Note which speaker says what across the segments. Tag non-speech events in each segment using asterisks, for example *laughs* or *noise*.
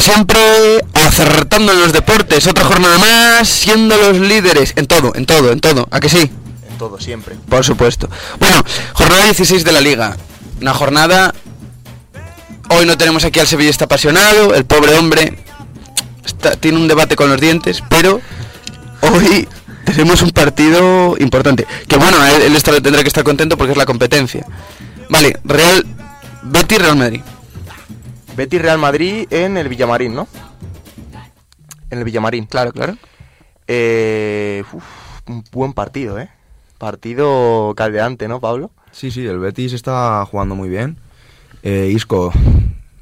Speaker 1: siempre, acertando en los deportes, otra jornada más, siendo los líderes, en todo, en todo, en todo, ¿a que sí?
Speaker 2: En todo, siempre.
Speaker 1: Por supuesto. Bueno, jornada 16 de la liga, una jornada... Hoy no tenemos aquí al sevillista apasionado, el pobre hombre está- tiene un debate con los dientes, pero hoy tenemos un partido importante. Que bueno, él, él estará- tendrá que estar contento porque es la competencia. Vale, Real Betis Real Madrid.
Speaker 2: Betis Real Madrid en el Villamarín, ¿no? En el Villamarín.
Speaker 1: Claro, claro.
Speaker 2: Eh, uf, un buen partido, ¿eh? Partido caldeante, ¿no, Pablo?
Speaker 3: Sí, sí, el Betis está jugando muy bien. Eh, Isco.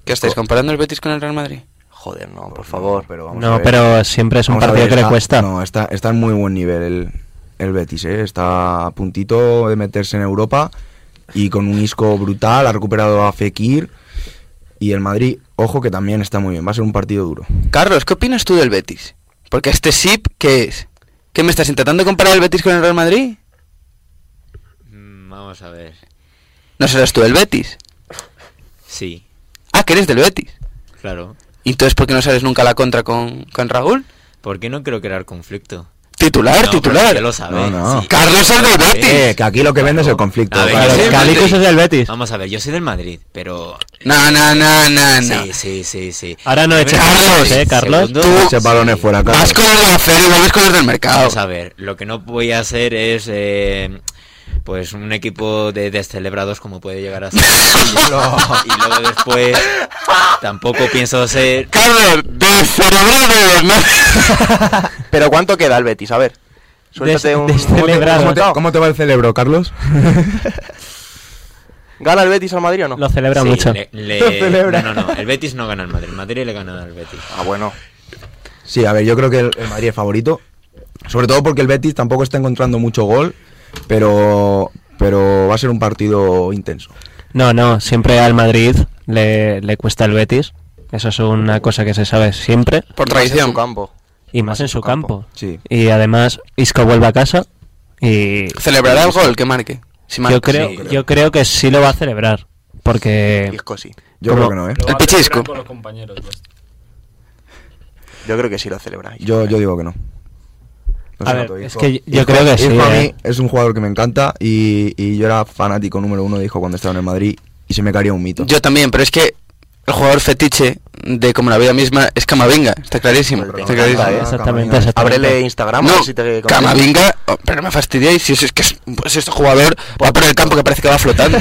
Speaker 1: ¿Qué estáis comparando el Betis con el Real Madrid?
Speaker 2: Joder, no, por favor.
Speaker 3: Pues pero vamos a
Speaker 4: No,
Speaker 3: ver.
Speaker 4: pero siempre es un
Speaker 3: Vamos a
Speaker 4: partido
Speaker 3: ver,
Speaker 4: que le
Speaker 3: está-
Speaker 4: cuesta.
Speaker 3: No, está, está en muy buen nivel el, el Betis, ¿eh? Está a puntito de meterse en Europa y con un Isco brutal, ha recuperado a Fekir y el Madrid, ojo que también está muy bien, va a ser un partido duro.
Speaker 1: Carlos, ¿qué opinas tú del Betis? Porque este SIP, ¿qué es? ¿Qué me estás intentando comparar el Betis con el Real Madrid?
Speaker 5: Mm, Vamos a ver.
Speaker 1: ¿No serás tú del Betis?
Speaker 5: Sí,
Speaker 1: Ah, que eres del Betis.
Speaker 5: claro.
Speaker 1: ¿Y entonces por qué no sales nunca a la contra con, con Raúl?
Speaker 5: Porque no quiero crear conflicto.
Speaker 1: Titular,
Speaker 5: No,
Speaker 1: titular.
Speaker 5: porque lo
Speaker 3: No,
Speaker 5: sabe.
Speaker 3: no.
Speaker 5: sí.
Speaker 1: Carlos es del
Speaker 5: Lo sabe.
Speaker 1: Betis.
Speaker 3: Eh, que aquí lo que vende es el conflicto.
Speaker 5: A ver,
Speaker 3: Claro.
Speaker 4: Claro,
Speaker 5: sí,
Speaker 4: Calicus
Speaker 5: Madrid.
Speaker 4: es del Betis.
Speaker 5: Vamos a ver, yo soy del Madrid, pero...
Speaker 1: No, no, no, no, Ah, no.
Speaker 5: Sí, sí, sí, sí.
Speaker 4: Ahora no eches
Speaker 5: Primero,
Speaker 1: balones,
Speaker 4: ¿eh, Carlos?
Speaker 5: Segundo,
Speaker 1: Tú-
Speaker 3: Eches balones fuera, claro.
Speaker 1: Vas con los de la feria y vuelves con los del mercado.
Speaker 5: Vamos a ver, lo que no voy a hacer es... eh, pues un equipo de descelebrados como puede llegar a ser. y luego después tampoco pienso ser...
Speaker 1: Carlos, descerebrado, ¿no?
Speaker 2: Pero ¿cuánto queda el Betis? A ver. Suéltate
Speaker 4: Des-
Speaker 2: un...
Speaker 3: ¿Cómo te-
Speaker 4: descelebrado.
Speaker 3: ¿Cómo te, cómo te va el cerebro, *laughs* Carlos?
Speaker 2: ¿Gana el Betis al Madrid o no?
Speaker 4: Lo celebra
Speaker 5: Sí,
Speaker 4: mucho.
Speaker 5: le- le-
Speaker 3: Lo celebra.
Speaker 5: No, no, no, el Betis no gana al Madrid, el Madrid le gana al Betis.
Speaker 2: Ah, bueno.
Speaker 3: Sí, a ver, yo creo que el, el Madrid es favorito. Sobre todo porque el Betis tampoco está encontrando mucho gol, pero, pero va a ser un partido intenso.
Speaker 4: No, no, siempre al Madrid le, le cuesta el Betis. Eso es una cosa que se sabe siempre.
Speaker 1: Por
Speaker 2: Es
Speaker 1: traición.
Speaker 2: su campo.
Speaker 4: Y más en su campo.
Speaker 3: Sí.
Speaker 4: Y además, Isco vuelve a casa y
Speaker 1: ¿Celebrará el gol que marque? Si marca.
Speaker 4: yo creo,
Speaker 5: sí,
Speaker 4: yo creo que sí lo va a celebrar. Porque
Speaker 2: Isco sí.
Speaker 3: Yo
Speaker 4: Como-
Speaker 3: creo que no, ¿eh?
Speaker 1: El pichisco.
Speaker 6: Con los compañeros, pues.
Speaker 2: Yo creo que sí lo celebra. Isco.
Speaker 3: Yo, yo digo que no. Lo
Speaker 4: A
Speaker 3: siento,
Speaker 4: ver, es
Speaker 3: Isco.
Speaker 4: que yo- yo
Speaker 3: Isco-
Speaker 4: creo que sí,
Speaker 3: Isco a
Speaker 4: eh.
Speaker 3: mí es un jugador que me encanta y, y yo era fanático número uno de Isco cuando estaba en el Madrid y se me caería un mito.
Speaker 1: Yo también, pero es que el jugador fetiche de como la vida misma es Camavinga. Está clarísimo.
Speaker 2: Pues
Speaker 1: Está
Speaker 2: venga,
Speaker 1: clarísimo.
Speaker 2: anda, eh.
Speaker 4: exactamente,
Speaker 3: Camavinga.
Speaker 4: exactamente.
Speaker 2: Ábrele Instagram a ver
Speaker 1: No,
Speaker 2: si te
Speaker 1: Camavinga, oh, pero me fastidiáis. Si es, es que es, pues este jugador va por el campo que parece que va
Speaker 3: *laughs*
Speaker 1: flotando.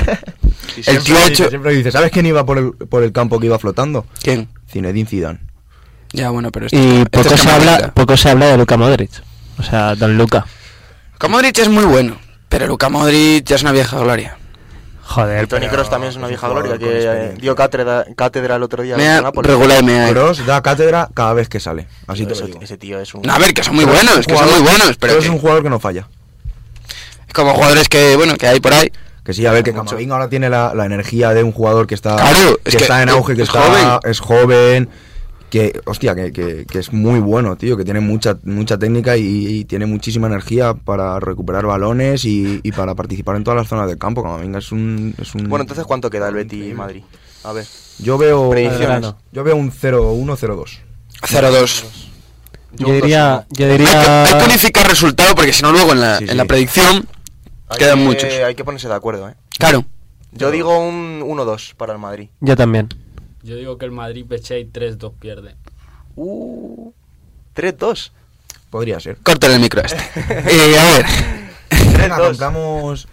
Speaker 2: Sí,
Speaker 1: el tío ha
Speaker 3: Siempre
Speaker 1: hecho.
Speaker 3: dice- siempre dice, ¿sabes quién iba por el, por el campo que iba flotando?
Speaker 1: ¿Quién?
Speaker 3: Zinedine Zidane.
Speaker 1: Ya, bueno, pero. Este,
Speaker 4: Y
Speaker 1: este es
Speaker 4: poco se,
Speaker 1: Camavinga.
Speaker 4: habla, poco se habla de Luca Modric. O sea, Don Luca.
Speaker 1: Modric es muy bueno, pero Luka Modric ya es una vieja gloria.
Speaker 2: Y
Speaker 4: Joder.
Speaker 2: Tony
Speaker 3: pero
Speaker 2: Cross también es una
Speaker 3: es un
Speaker 2: vieja
Speaker 3: jugador
Speaker 2: gloria que
Speaker 3: con
Speaker 2: eh,
Speaker 3: experiencia.
Speaker 2: dio cátedra, cátedra el otro día.
Speaker 1: Mea,
Speaker 2: en Nápoles.
Speaker 1: regular mea.
Speaker 3: Kroos da cátedra cada vez que sale. Así te Eh. lo
Speaker 2: Ese-
Speaker 3: digo.
Speaker 2: ese tío es un.
Speaker 1: A ver, que son muy
Speaker 3: Kroos es
Speaker 1: buenos,
Speaker 3: un
Speaker 1: que son muy
Speaker 3: jugador-
Speaker 1: buenos, pero
Speaker 3: Kroos
Speaker 1: que-
Speaker 3: es un jugador que no falla.
Speaker 1: como jugadores que, bueno, que hay por ahí.
Speaker 3: Que sí, a ver, que
Speaker 2: Mucho.
Speaker 3: Camavinga ahora tiene la, la energía de un jugador que está,
Speaker 1: Claro,
Speaker 3: que
Speaker 1: es que
Speaker 3: está en auge, que
Speaker 1: es
Speaker 3: es
Speaker 1: joven.
Speaker 3: joven. es joven, que, hostia, que, que- que es muy bueno, tío, que tiene mucha, mucha técnica y, y tiene muchísima energía para recuperar balones y, y para participar en todas las zonas del campo. Camavinga es un... es un-
Speaker 2: Bueno, entonces, ¿cuánto queda el Betis Madrid? A ver.
Speaker 3: Yo veo...
Speaker 2: predicciones.
Speaker 3: Yo veo un 0-1-0-2.
Speaker 1: 0-2.
Speaker 4: Yo diría. Yo
Speaker 1: Hay que,
Speaker 4: diría.
Speaker 1: hay que unificar resultado porque si no, luego en la,
Speaker 3: Sí,
Speaker 1: en
Speaker 3: sí.
Speaker 1: la predicción
Speaker 2: Hay
Speaker 1: quedan
Speaker 2: que-
Speaker 1: muchos.
Speaker 2: Hay que ponerse de acuerdo, ¿eh?
Speaker 1: Claro.
Speaker 2: Yo digo un 1-2 para el Madrid.
Speaker 4: Yo también.
Speaker 6: Yo digo que el Madrid pecha y 3-2 pierde.
Speaker 2: Uh, 3-2.
Speaker 3: Podría ser.
Speaker 1: Córtale el micro a
Speaker 2: *laughs*
Speaker 1: este. Eh, a ver.
Speaker 3: Venga,
Speaker 2: 3-2.
Speaker 3: compramos...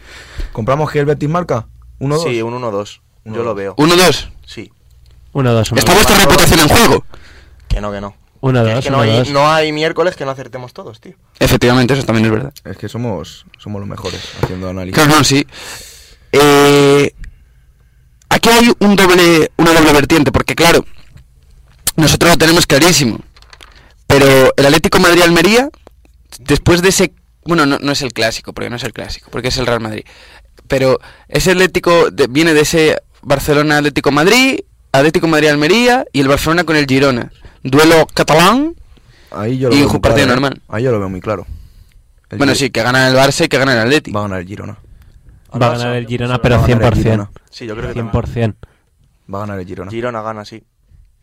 Speaker 3: ¿Compramos que el Betis marca? 1-2.
Speaker 2: Sí, un 1-2. Yo
Speaker 3: 1-2.
Speaker 2: lo veo.
Speaker 1: 1-2.
Speaker 2: Sí.
Speaker 4: Uno, dos, uno,
Speaker 1: Está
Speaker 4: dos.
Speaker 1: vuestra reputación en juego.
Speaker 2: Que no, que no.
Speaker 4: Uno,
Speaker 2: Que es
Speaker 4: dos,
Speaker 2: que no
Speaker 4: uno,
Speaker 2: hay,
Speaker 4: dos.
Speaker 2: no hay miércoles que no acertemos todos, tío.
Speaker 1: Efectivamente, eso también es verdad.
Speaker 3: Es que somos, somos los mejores haciendo análisis.
Speaker 1: Claro, no, sí. Eh, aquí hay un doble, una doble vertiente, porque claro, nosotros lo tenemos clarísimo. Pero el Atlético Madrid-Almería, después de ese... Bueno, no, no es el clásico, porque no es el clásico, porque es el Real Madrid. Pero ese Atlético de- viene de ese Barcelona-Atlético Madrid, Atlético Madrid-Almería y el Barcelona con el Girona. Duelo catalán.
Speaker 3: Ahí yo lo
Speaker 1: Y
Speaker 3: veo
Speaker 1: un
Speaker 3: muy
Speaker 1: partido
Speaker 3: claro, ¿eh?
Speaker 1: normal.
Speaker 3: Ahí yo lo veo muy claro. El
Speaker 1: Bueno,
Speaker 3: Giro-
Speaker 1: sí, que gana el Barça y que gana el Atlético.
Speaker 3: Va a ganar el Girona.
Speaker 4: Va a ganar el Girona,
Speaker 3: Va
Speaker 4: pero
Speaker 3: a ganar el
Speaker 4: 100%.
Speaker 3: Girona.
Speaker 2: Sí, yo creo que también.
Speaker 4: 100%.
Speaker 3: Va a ganar el Girona.
Speaker 2: Girona gana, sí.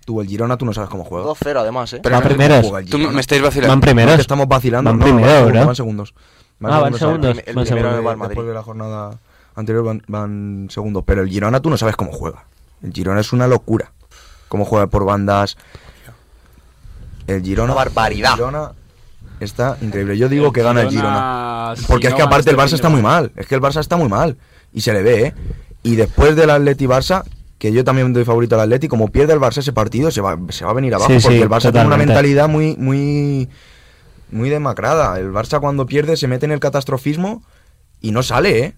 Speaker 3: Tú, el Girona, tú no sabes cómo juega.
Speaker 2: 2-0 además, ¿eh?
Speaker 1: Pero
Speaker 4: Va
Speaker 1: no-
Speaker 4: primeros.
Speaker 3: juega el
Speaker 1: Tú me
Speaker 3: Girona.
Speaker 1: me estáis
Speaker 4: Van
Speaker 1: vacilando.
Speaker 3: No,
Speaker 4: primeros.
Speaker 3: que estamos vacilando.
Speaker 4: Van
Speaker 3: no,
Speaker 4: primero,
Speaker 3: segundos,
Speaker 4: ¿no?
Speaker 3: van segundos.
Speaker 4: Ah, van segundos,
Speaker 2: El,
Speaker 4: van
Speaker 2: el primero
Speaker 3: de-
Speaker 2: va al
Speaker 3: Después de
Speaker 2: Madrid.
Speaker 3: la jornada anterior van, van segundos. Pero el Girona tú no sabes cómo juega. El Girona es una locura. Cómo juega por bandas. El Girona.
Speaker 2: Una barbaridad.
Speaker 3: el Girona está increíble. Yo digo que gana el Girona.
Speaker 6: si
Speaker 3: Porque es
Speaker 6: no
Speaker 3: que
Speaker 6: gana
Speaker 3: aparte el
Speaker 6: este
Speaker 3: Barça
Speaker 6: fin
Speaker 3: está
Speaker 6: de
Speaker 3: muy
Speaker 6: semana-
Speaker 3: mal. Es que el Barça está muy mal. Y se le ve, ¿eh? Y después del Atleti Barça, que yo también doy favorito al Atleti, como pierde el Barça ese partido, se va, se va a venir abajo.
Speaker 4: Sí, sí,
Speaker 3: porque el Barça tiene una
Speaker 4: totalmente.
Speaker 3: mentalidad muy, muy, muy demacrada. El Barça cuando pierde se mete en el catastrofismo y no sale, ¿eh?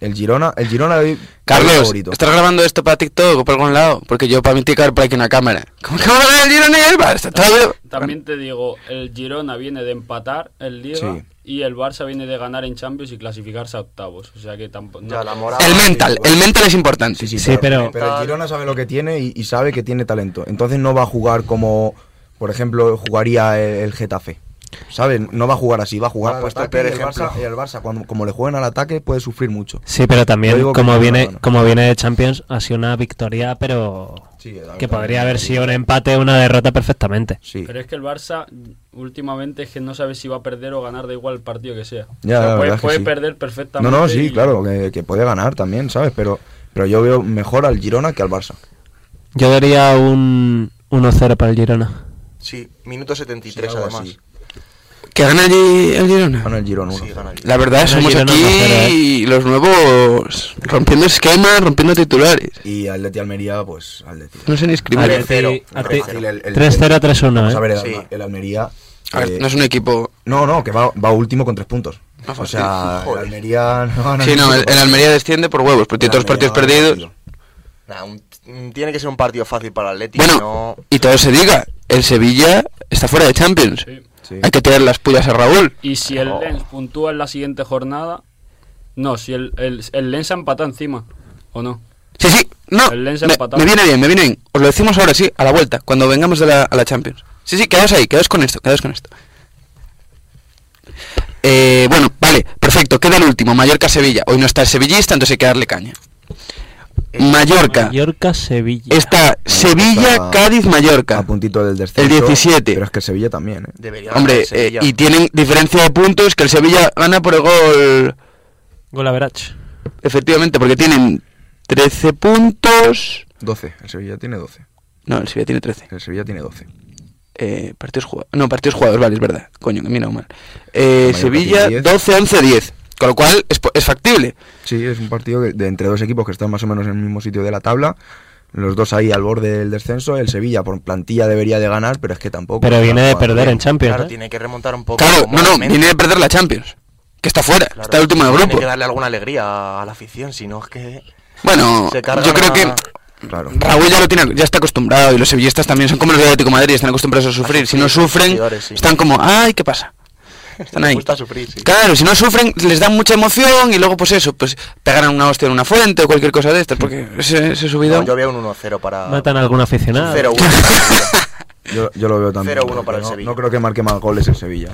Speaker 3: El Girona, el Girona le doy
Speaker 1: Carlos,
Speaker 3: favorito.
Speaker 1: ¿estás grabando esto para TikTok o por algún lado? Porque yo para mi TikTok por aquí una cámara. ¿Cómo que va a ganar el Girona y el Barça? Todo-
Speaker 6: También te digo, el Girona viene de empatar en Liga
Speaker 3: Sí.
Speaker 6: y el Barça viene de ganar en Champions y clasificarse a octavos. O sea que tampoco.
Speaker 2: Ya, la moral.
Speaker 1: El mental, el mental es importante.
Speaker 3: Sí, sí,
Speaker 4: Sí,
Speaker 3: pero,
Speaker 4: pero-
Speaker 3: pero el Girona sabe lo que tiene y, y sabe que tiene talento. Entonces no va a jugar como, por ejemplo, jugaría el, el Getafe. ¿Sabes? No va a jugar así, va a jugar
Speaker 2: Ha
Speaker 3: al
Speaker 2: puesto
Speaker 3: ataque
Speaker 2: el peor
Speaker 3: y el Barça,
Speaker 2: ejemplo.
Speaker 3: y el Barça, cuando, como le jueguen al ataque, puede sufrir mucho.
Speaker 4: Sí, pero
Speaker 3: Yo
Speaker 4: también
Speaker 3: digo que
Speaker 4: como
Speaker 3: no,
Speaker 4: viene,
Speaker 3: no, no.
Speaker 4: como viene de Champions, ha sido una victoria, pero
Speaker 3: Sí,
Speaker 4: que podría haber sido un empate o una derrota perfectamente.
Speaker 3: Sí.
Speaker 6: Pero es que el Barça últimamente es que no sabe si va a perder o ganar da igual el partido que sea.
Speaker 3: Ya,
Speaker 6: O
Speaker 3: la
Speaker 6: sea, puede
Speaker 3: verdad es que
Speaker 6: puede
Speaker 3: sí.
Speaker 6: perder
Speaker 3: No,
Speaker 6: perfectamente.
Speaker 3: no, sí,
Speaker 6: y-
Speaker 3: claro, que, que puede ganar también, ¿sabes? Pero, pero yo veo mejor al Girona que al Barça.
Speaker 4: Yo daría un 1-0 para el Girona.
Speaker 2: Sí, minuto 73
Speaker 3: Sí, algo
Speaker 2: además.
Speaker 3: así.
Speaker 1: ¿Que gana el Gi- el Girona?
Speaker 3: Gana el Girona. uno.
Speaker 2: Sí, gana el-
Speaker 1: La verdad,
Speaker 4: Gana el
Speaker 1: somos
Speaker 4: Girona uno a cero,
Speaker 1: aquí los nuevos rompiendo esquemas, rompiendo titulares.
Speaker 3: Y Atleti Almería, pues Atleti.
Speaker 1: No sé ni escribir.
Speaker 2: Atleti- 3-0.
Speaker 4: Atleti-
Speaker 3: El- el- el-
Speaker 4: 3-0, 3-1,
Speaker 6: ¿eh?
Speaker 3: Vamos a ver, el,
Speaker 2: Sí.
Speaker 3: el Almería.
Speaker 1: A ver,
Speaker 3: eh,
Speaker 1: no es un equipo.
Speaker 3: No, no, que va, va último con tres puntos.
Speaker 1: Ah,
Speaker 3: o
Speaker 1: fácil.
Speaker 3: sea, el
Speaker 2: Joder.
Speaker 3: Almería *laughs* no,
Speaker 1: Sí, no, el, el Almería desciende por huevos, porque tiene todos los
Speaker 3: Almería
Speaker 1: partidos
Speaker 3: gana el
Speaker 1: perdidos.
Speaker 2: Nah, un- mm, tiene que ser un partido fácil para el Atleti.
Speaker 1: Bueno,
Speaker 2: no...
Speaker 1: y todo se diga, el Sevilla está fuera de Champions.
Speaker 6: Sí.
Speaker 3: Sí.
Speaker 1: Hay que tirar las pullas a Raúl.
Speaker 6: Y si el
Speaker 2: Oh.
Speaker 6: Lens puntúa en la siguiente jornada. No, si el, el, el Lens ha empatado encima. ¿O no?
Speaker 1: Sí, sí, no.
Speaker 6: El
Speaker 1: Me,
Speaker 6: Lens ha empatado.
Speaker 1: me viene bien, me viene bien. Os lo decimos ahora, sí, a la vuelta, cuando vengamos de la, a la Champions. Sí, sí, quedaos ahí, quedaos con esto, quedaos con esto. Eh, bueno, vale, perfecto. Queda el último, Mallorca-Sevilla. Hoy no está el sevillista, entonces hay que darle caña. Mallorca.
Speaker 4: Mallorca-Sevilla.
Speaker 1: Está Sevilla,
Speaker 3: Eh, está
Speaker 1: Cádiz,
Speaker 3: A
Speaker 1: Mallorca.
Speaker 3: puntito del descenso.
Speaker 1: El 17.
Speaker 3: Pero es que el Sevilla también, ¿eh?
Speaker 2: Debería ganar
Speaker 1: Hombre,
Speaker 2: el Sevilla.
Speaker 1: eh, y tienen diferencia de puntos que el Sevilla gana por el gol.
Speaker 4: Gol average.
Speaker 1: Efectivamente, porque tienen 13 puntos.
Speaker 3: 12. El Sevilla tiene 12.
Speaker 1: No, el Sevilla tiene 13.
Speaker 3: El Sevilla tiene 12.
Speaker 1: Eh, partidos jugados. No, partidos jugados, vale, es verdad. Coño, que mira mal. Eh,
Speaker 3: Mallorca
Speaker 1: Sevilla
Speaker 3: tiene 10.
Speaker 1: 12, 11, 10. Con lo cual es, po- es factible.
Speaker 3: Sí, es un partido que- de entre dos equipos que están más o menos en el mismo sitio de la tabla. Los dos ahí al borde del descenso. El Sevilla por plantilla debería de ganar, pero es que tampoco.
Speaker 4: Pero
Speaker 3: está
Speaker 4: viene de
Speaker 3: jugando
Speaker 4: perder
Speaker 3: bien.
Speaker 4: en Champions.
Speaker 2: Claro,
Speaker 4: ¿eh?
Speaker 2: tiene que remontar un poco.
Speaker 1: Claro, no, no,
Speaker 2: moralmente.
Speaker 1: viene de perder la Champions. Que está fuera,
Speaker 2: Claro,
Speaker 1: está el último del
Speaker 2: Tiene
Speaker 1: grupo.
Speaker 3: pues-
Speaker 2: que darle alguna alegría a la afición, si no es
Speaker 3: *laughs*
Speaker 2: que.
Speaker 1: Bueno,
Speaker 2: Se cargan
Speaker 1: yo creo
Speaker 2: a-
Speaker 1: que
Speaker 3: Claro.
Speaker 1: Raúl ya lo tiene, ya está acostumbrado y los sevillistas también son como los de Atlético de Madrid, están acostumbrados a sufrir. Si no sufren,
Speaker 2: seguidores, sí.
Speaker 1: están como, ay, ¿qué pasa?
Speaker 2: *laughs*
Speaker 1: Están
Speaker 2: les
Speaker 1: ahí.
Speaker 2: gusta sufrir, sí.
Speaker 1: Claro, si no sufren, les dan mucha emoción y luego, pues eso, pues pegan una hostia en una fuente o cualquier cosa de estas, porque ese, ese subido.
Speaker 2: No, yo veo un 1-0 para.
Speaker 4: Matan a algún aficionado.
Speaker 2: 0-1
Speaker 4: *laughs*
Speaker 2: para el
Speaker 3: *laughs*
Speaker 2: Sevilla.
Speaker 3: Yo, yo lo veo también.
Speaker 2: 0-1 para
Speaker 3: porque
Speaker 2: el
Speaker 3: no-
Speaker 2: Sevilla.
Speaker 3: No creo que marque más goles el Sevilla.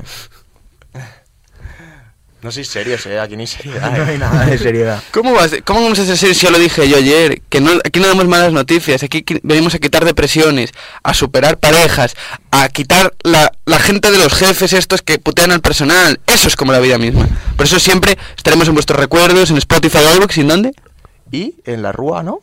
Speaker 3: ¿eh?
Speaker 2: No soy serios, eh. Aquí ni seriedad.
Speaker 3: No
Speaker 2: eh.
Speaker 3: hay *laughs* nada de seriedad.
Speaker 1: ¿Cómo, vas? ¿Cómo vamos a ser serios si ya lo dije yo ayer? Que no, aquí no damos malas noticias, aquí qui- venimos a quitar depresiones, a superar parejas, a quitar la, la gente de los jefes estos que putean al personal. Eso es como la vida misma. Por eso siempre estaremos en vuestros recuerdos, en Spotify, iVoox, ¿en dónde?
Speaker 2: *laughs* Y en la Rúa, ¿no?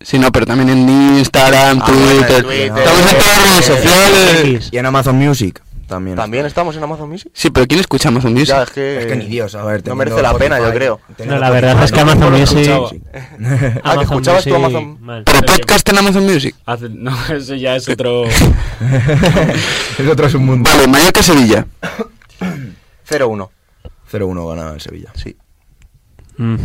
Speaker 1: Sí, no, pero también en Instagram,
Speaker 2: Ah,
Speaker 1: Twitter.
Speaker 2: en Twitter. Eh,
Speaker 1: Estamos en todas las redes sociales.
Speaker 4: X.
Speaker 3: Y en Amazon Music también.
Speaker 2: También estamos en Amazon Music.
Speaker 1: Sí, pero ¿quién escucha Amazon Music?
Speaker 2: Ya, es que.
Speaker 3: Es que ni Dios, a
Speaker 2: Eh,
Speaker 3: ver.
Speaker 2: No
Speaker 3: teniendo
Speaker 2: merece la pena, yo
Speaker 3: Spotify,
Speaker 2: creo.
Speaker 3: teniendo
Speaker 4: No, la
Speaker 3: Spotify,
Speaker 4: verdad es que
Speaker 3: no,
Speaker 4: Amazon
Speaker 3: no lo
Speaker 4: Music-
Speaker 3: escuchaba.
Speaker 4: *laughs*
Speaker 2: Ah, que escuchabas tú
Speaker 4: Music,
Speaker 2: Amazon.
Speaker 4: mal.
Speaker 1: ¿Pero podcast en Amazon Music?
Speaker 6: Hace- *laughs* no, eso ya es otro.
Speaker 3: El otro es un mundo.
Speaker 1: Vale, Mallorca-Sevilla.
Speaker 2: 0-1.
Speaker 3: 0-1 gana el Sevilla.
Speaker 2: Sí.
Speaker 4: Mm.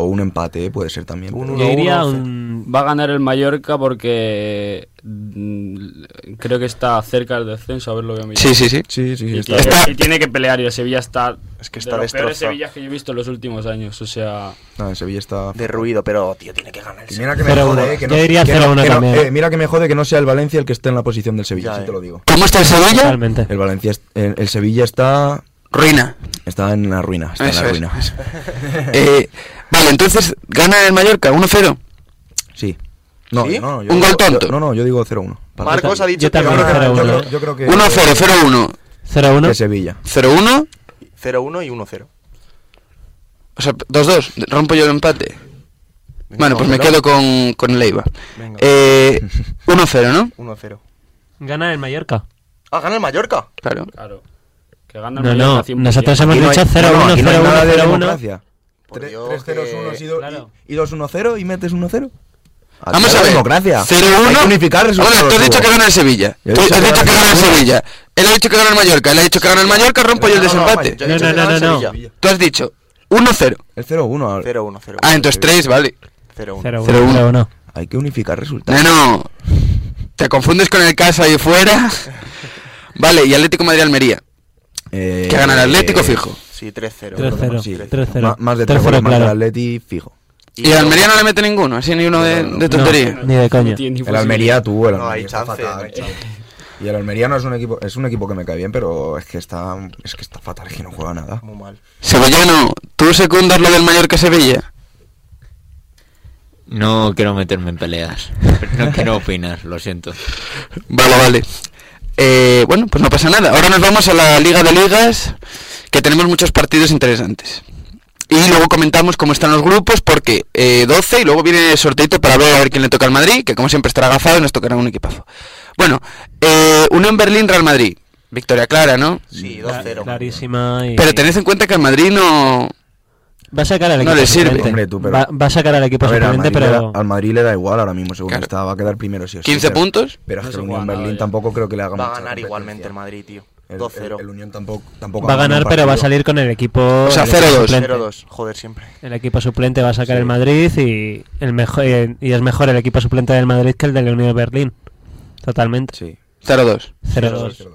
Speaker 3: O un empate, eh, puede ser también. pero-
Speaker 2: Uno,
Speaker 4: Yo diría
Speaker 2: 1-1-11.
Speaker 4: un...
Speaker 6: Va a ganar el Mallorca porque. mm, Creo que está cerca del descenso, a ver lo voy a mirar.
Speaker 1: Sí, sí, sí.
Speaker 3: Sí, sí, sí.
Speaker 6: Y
Speaker 3: Está...
Speaker 6: tiene,
Speaker 1: Está-
Speaker 6: y tiene que pelear y el Sevilla está.
Speaker 2: Es que está
Speaker 6: de los peores
Speaker 2: destrozado.
Speaker 6: Sevillas que yo he visto en los últimos años. O sea.
Speaker 3: no, el Sevilla está.
Speaker 2: De ruido, pero, tío, tiene que ganar el
Speaker 3: Y
Speaker 2: Sevilla.
Speaker 3: Mira que me
Speaker 4: 0-1.
Speaker 3: jode, eh, que no,
Speaker 4: Yo diría
Speaker 3: que no-
Speaker 4: 0-1
Speaker 3: que no-
Speaker 4: también.
Speaker 3: eh, mira que me jode que no sea el Valencia el que esté en la posición del Sevilla,
Speaker 2: Ya,
Speaker 3: sí
Speaker 2: eh.
Speaker 3: te lo digo.
Speaker 1: ¿Cómo está el Sevilla?
Speaker 4: Totalmente.
Speaker 3: El Valencia, es- el, el Sevilla está,
Speaker 1: Ruina.
Speaker 3: está en la ruina, está
Speaker 1: Eso
Speaker 3: en la
Speaker 1: es,
Speaker 2: *laughs*
Speaker 3: ruina.
Speaker 1: Eh, eso.
Speaker 3: *laughs*
Speaker 1: Eh, vale, entonces gana el Mallorca 1-0.
Speaker 3: Sí, No,
Speaker 2: ¿Sí?
Speaker 3: no, yo
Speaker 1: Un gol
Speaker 3: digo-
Speaker 1: tonto.
Speaker 3: yo- no, no, yo digo 0-1. Para-
Speaker 2: Marcos ha dicho
Speaker 4: yo también
Speaker 3: Yo creo que-
Speaker 4: 0-1,
Speaker 3: yo creo-
Speaker 4: ¿eh?
Speaker 3: Yo creo que.
Speaker 1: 1-0, 0-1,
Speaker 3: que
Speaker 4: 0-1.
Speaker 3: Sevilla.
Speaker 1: 0-1.
Speaker 2: 0-1 y 1-0.
Speaker 1: O sea, 2-2. Rompo yo el empate.
Speaker 2: Venga,
Speaker 1: Bueno, pues me
Speaker 2: pero-
Speaker 1: quedo con, con Leiva.
Speaker 2: Venga. *laughs*
Speaker 1: Eh, 1-0, ¿no?
Speaker 2: 1-0.
Speaker 4: Gana el Mallorca.
Speaker 2: Ah, gana el Mallorca.
Speaker 1: Claro.
Speaker 6: Claro. Que gana el
Speaker 4: No,
Speaker 6: Mallorca
Speaker 4: no.
Speaker 6: 100%.
Speaker 4: Nosotros hemos
Speaker 3: Aquí no hay- no,
Speaker 4: dicho
Speaker 3: no,
Speaker 4: 0-1,
Speaker 3: aquí no hay nada de
Speaker 4: 0-1, 0-1.
Speaker 3: democracia.
Speaker 2: Por
Speaker 3: Tre-
Speaker 2: Dios,
Speaker 3: tres ceros, unos y do-
Speaker 6: Claro.
Speaker 3: y- y dos, uno, cero, y metes 1-0.
Speaker 1: Vamos a ver.
Speaker 3: democracia.
Speaker 1: 0-1.
Speaker 3: Hay que unificar resultados,
Speaker 1: Bueno, tú has dicho
Speaker 3: Hugo.
Speaker 1: que gana el Sevilla. Tú
Speaker 3: Yo he
Speaker 1: has
Speaker 3: dicho que
Speaker 1: dicho que
Speaker 3: gana
Speaker 1: gana el
Speaker 3: el
Speaker 1: Sevilla. Él ha dicho que gana el Mallorca. Él ha dicho que gana el Mallorca. Rompo yo el
Speaker 3: No, no, no,
Speaker 1: desempate.
Speaker 2: Yo he dicho
Speaker 4: No,
Speaker 2: que
Speaker 4: no,
Speaker 2: gana el
Speaker 4: no, no.
Speaker 2: Sevilla.
Speaker 1: Tú has dicho 1-0.
Speaker 3: El 0-1. ahora.
Speaker 2: 0-1, 0-1.
Speaker 1: Ah, entonces 3, vale.
Speaker 2: 0-1.
Speaker 4: 0-1.
Speaker 1: 0-1.
Speaker 4: 0-1.
Speaker 3: Hay que unificar resultados.
Speaker 1: Neno, te confundes con el caso ahí fuera. Vale, y Atlético Madrid-Almería.
Speaker 3: Eh,
Speaker 1: Que gana el Atlético
Speaker 3: eh,
Speaker 1: fijo.
Speaker 2: Sí, 3-0.
Speaker 4: 3-0.
Speaker 3: Sí.
Speaker 4: 3-0.
Speaker 3: Ma- Más de 3
Speaker 4: 3-0,
Speaker 3: goles más
Speaker 4: claro.
Speaker 3: del Atleti fijo.
Speaker 1: Y el Almería no le mete ninguno, así ni uno de, de tontería.
Speaker 4: No, ni de coña.
Speaker 6: No tiene ni
Speaker 3: El Almería tú, el
Speaker 2: No,
Speaker 3: Almería
Speaker 2: hay
Speaker 3: está
Speaker 2: chance,
Speaker 3: fatal.
Speaker 2: no hay chance.
Speaker 3: Y el Almería no es un equipo, es un equipo que me cae bien, pero es que está es que está fatal, es que no juega nada.
Speaker 2: Muy mal.
Speaker 1: Sevillano, ¿tú secundas lo del Mallorca-Sevilla?
Speaker 5: No quiero meterme en peleas. No quiero opinar, lo siento.
Speaker 1: Vale, vale. Eh, bueno, pues no pasa nada. Ahora nos vamos a la Liga de Ligas, que tenemos muchos partidos interesantes. Y luego comentamos cómo están los grupos, porque eh, 12 y luego viene el sorteito para ver a ver quién le toca al Madrid, que como siempre estará agafado y nos tocará un equipazo. Bueno, eh, Unión Berlín-Real Madrid. Victoria clara, ¿no?
Speaker 2: Sí,
Speaker 4: Cla-
Speaker 2: 2-0.
Speaker 4: Clarísima. Y...
Speaker 1: Pero tened en cuenta que el Madrid no...
Speaker 4: Va a sacar al
Speaker 1: No
Speaker 4: equipo
Speaker 1: le sirve.
Speaker 4: suplente.
Speaker 3: Hombre, tú, pero-
Speaker 4: va, va a sacar al equipo
Speaker 3: A ver, al,
Speaker 4: suplente,
Speaker 3: Madrid le
Speaker 4: pero.
Speaker 3: da, al Madrid le da igual ahora mismo, según
Speaker 1: Claro.
Speaker 3: está, va a quedar primero sí o sí.
Speaker 1: 15
Speaker 3: pero-
Speaker 1: puntos.
Speaker 3: Pero es
Speaker 6: No
Speaker 3: que
Speaker 6: se
Speaker 3: el
Speaker 6: juega
Speaker 3: Unión
Speaker 6: nada
Speaker 4: eh.
Speaker 3: Berlín
Speaker 6: ya.
Speaker 3: tampoco creo que le
Speaker 2: Va
Speaker 3: haga mucha
Speaker 2: a ganar
Speaker 3: competencia.
Speaker 2: igualmente el Madrid, tío.
Speaker 3: El- el-
Speaker 2: 2-0.
Speaker 3: El, Unión tampoco, tampoco
Speaker 4: Va a ganar,
Speaker 3: ningún
Speaker 4: pero va a
Speaker 3: partido.
Speaker 4: salir con el equipo.
Speaker 1: O sea,
Speaker 4: el equipo
Speaker 1: 0-2.
Speaker 4: suplente.
Speaker 2: 0-2. Joder, siempre.
Speaker 4: El equipo suplente va a sacar el Madrid y, el mejor, y y es mejor el equipo suplente del Madrid que el de la Unión de Berlín. Totalmente.
Speaker 3: Sí.
Speaker 1: 0-2.
Speaker 4: 0-2.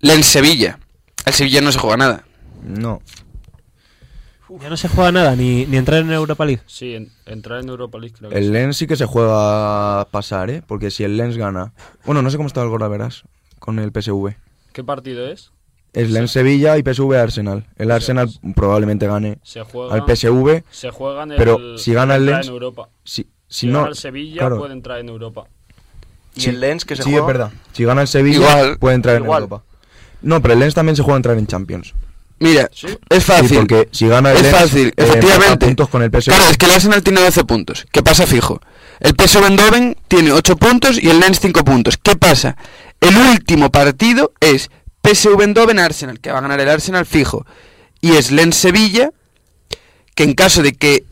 Speaker 1: Lens-Sevilla. El Sevilla no se juega nada.
Speaker 3: No.
Speaker 4: Ya no se juega nada, ni, ni entrar en Europa League.
Speaker 6: Sí, en- entrar en Europa League creo que
Speaker 3: El
Speaker 6: sí.
Speaker 3: Lens sí que se juega a pasar, ¿eh? Porque si el Lens gana... Bueno, no sé cómo está el gol, la verás, con el PSV.
Speaker 6: ¿Qué partido es?
Speaker 3: Es Lens-Sevilla y PSV-Arsenal. El Arsenal probablemente gane
Speaker 6: Se juega.
Speaker 3: al PSV.
Speaker 6: Se juega en el.
Speaker 3: Pero si gana el
Speaker 6: entra
Speaker 3: Lens-
Speaker 6: en Europa.
Speaker 3: Si, si
Speaker 6: Si
Speaker 3: no...
Speaker 6: gana el Sevilla
Speaker 3: claro.
Speaker 6: puede entrar en Europa.
Speaker 2: Y
Speaker 3: Sí,
Speaker 2: el Lens que se
Speaker 3: sí,
Speaker 2: juega.
Speaker 3: es verdad. Si gana el Sevilla,
Speaker 1: Igual.
Speaker 3: puede entrar
Speaker 2: Igual.
Speaker 3: en Europa. No, pero el Lens también se juega a entrar en Champions.
Speaker 1: Mira,
Speaker 6: Sí.
Speaker 1: es fácil.
Speaker 3: Sí, porque si gana el
Speaker 1: es
Speaker 3: Lens,
Speaker 1: fácil,
Speaker 3: eh, empata
Speaker 1: efectivamente.
Speaker 3: puntos con el PSV.
Speaker 1: Claro, es que el Arsenal tiene 12 puntos. ¿Qué pasa fijo? El PSV Eindhoven tiene 8 puntos y el Lens 5 puntos. ¿Qué pasa? El último partido es PSV Eindhoven Arsenal, que va a ganar el Arsenal fijo. Y es Lens Sevilla, que en caso de que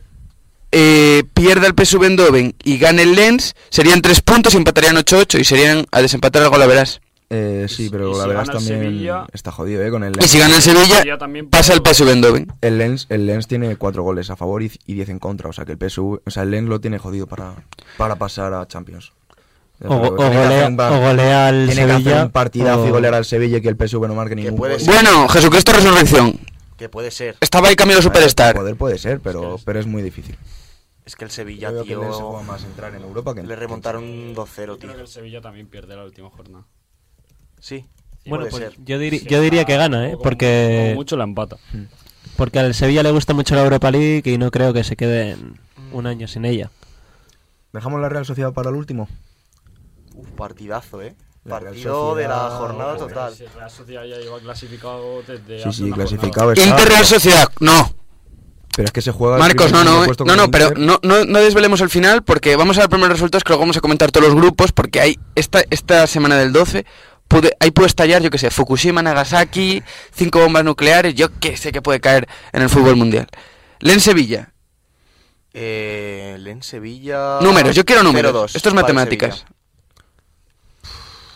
Speaker 1: eh, pierda el PSV Eindhoven y gane el Lens, serían 3 puntos y empatarían 8-8 y serían a desempatar algo la verás.
Speaker 3: Eh, sí,
Speaker 6: Y
Speaker 3: pero
Speaker 6: si
Speaker 3: la
Speaker 6: gana
Speaker 3: verdad
Speaker 6: el
Speaker 3: también
Speaker 6: Sevilla-
Speaker 3: está jodido, ¿eh? Con
Speaker 1: Y
Speaker 3: el Lens.
Speaker 1: si gana el Sevilla,
Speaker 6: Sevilla también
Speaker 1: pasa el
Speaker 6: puede-
Speaker 1: PSV Eindhoven.
Speaker 3: El Lens, el Lens tiene cuatro goles a favor y, y diez en contra. O sea, que el PSV... O sea, el Lens lo tiene jodido para, para pasar a Champions. Ya
Speaker 4: O,
Speaker 3: te
Speaker 4: o
Speaker 3: digo, tiene que
Speaker 4: golea,
Speaker 3: hacer un par-
Speaker 4: o golea al
Speaker 3: Tiene
Speaker 4: Sevilla.
Speaker 3: que hacer un partidazo
Speaker 4: o-
Speaker 3: y golear al Sevilla y que el PSV no marque ningún
Speaker 2: puede
Speaker 3: gol.
Speaker 2: ser.
Speaker 1: Bueno, Jesucristo Resurrección.
Speaker 2: Que puede ser.
Speaker 1: Estaba ahí camino
Speaker 3: El
Speaker 1: Superstar.
Speaker 3: poder puede ser, pero, pero es muy difícil.
Speaker 2: Es que el Sevilla,
Speaker 3: Yo veo que el Lens se
Speaker 2: tío.
Speaker 3: juega más a entrar en Europa que en-
Speaker 2: Le remontaron 2-0,
Speaker 6: Creo que
Speaker 2: tío.
Speaker 6: el Sevilla también pierde la última jornada.
Speaker 2: Sí.
Speaker 4: Bueno,
Speaker 2: puede
Speaker 4: pues
Speaker 2: ser.
Speaker 4: yo, diri- yo diría que gana, ¿eh?
Speaker 6: Como- como
Speaker 4: Porque,
Speaker 6: mucho la empata.
Speaker 4: porque al Sevilla le gusta mucho la Europa League y no creo que se queden un año sin ella.
Speaker 3: ¿Dejamos la Real Sociedad para el último?
Speaker 2: Uf, partidazo, eh.
Speaker 3: La Real
Speaker 2: Partido de la
Speaker 3: Sociedad,
Speaker 2: jornada
Speaker 3: joder.
Speaker 2: total.
Speaker 6: Sí, Real Sociedad ya lleva clasificado desde
Speaker 3: Sí,
Speaker 6: hace
Speaker 3: sí,
Speaker 6: una
Speaker 3: clasificado está.
Speaker 1: Inter Real Sociedad,
Speaker 3: pues,
Speaker 1: no.
Speaker 3: Pero es que se juega. el
Speaker 1: Marcos, no,
Speaker 3: primer
Speaker 1: no, eh.
Speaker 3: puesto
Speaker 1: no,
Speaker 3: con
Speaker 1: no,
Speaker 3: el
Speaker 1: pero
Speaker 3: Inter.
Speaker 1: no, no, no desvelemos el final porque vamos a ver primeros resultados que luego vamos a comentar todos los grupos porque hay esta, esta semana del 12 pude, ahí puede estallar, yo que sé, Fukushima, Nagasaki, cinco bombas nucleares, yo que sé que puede caer en el fútbol mundial. Len Sevilla,
Speaker 2: Eh, Lens
Speaker 3: Ah,
Speaker 2: Sevilla.
Speaker 1: números, yo quiero números.
Speaker 2: 0-2
Speaker 1: Esto es
Speaker 2: para el
Speaker 1: matemáticas.
Speaker 2: Sevilla.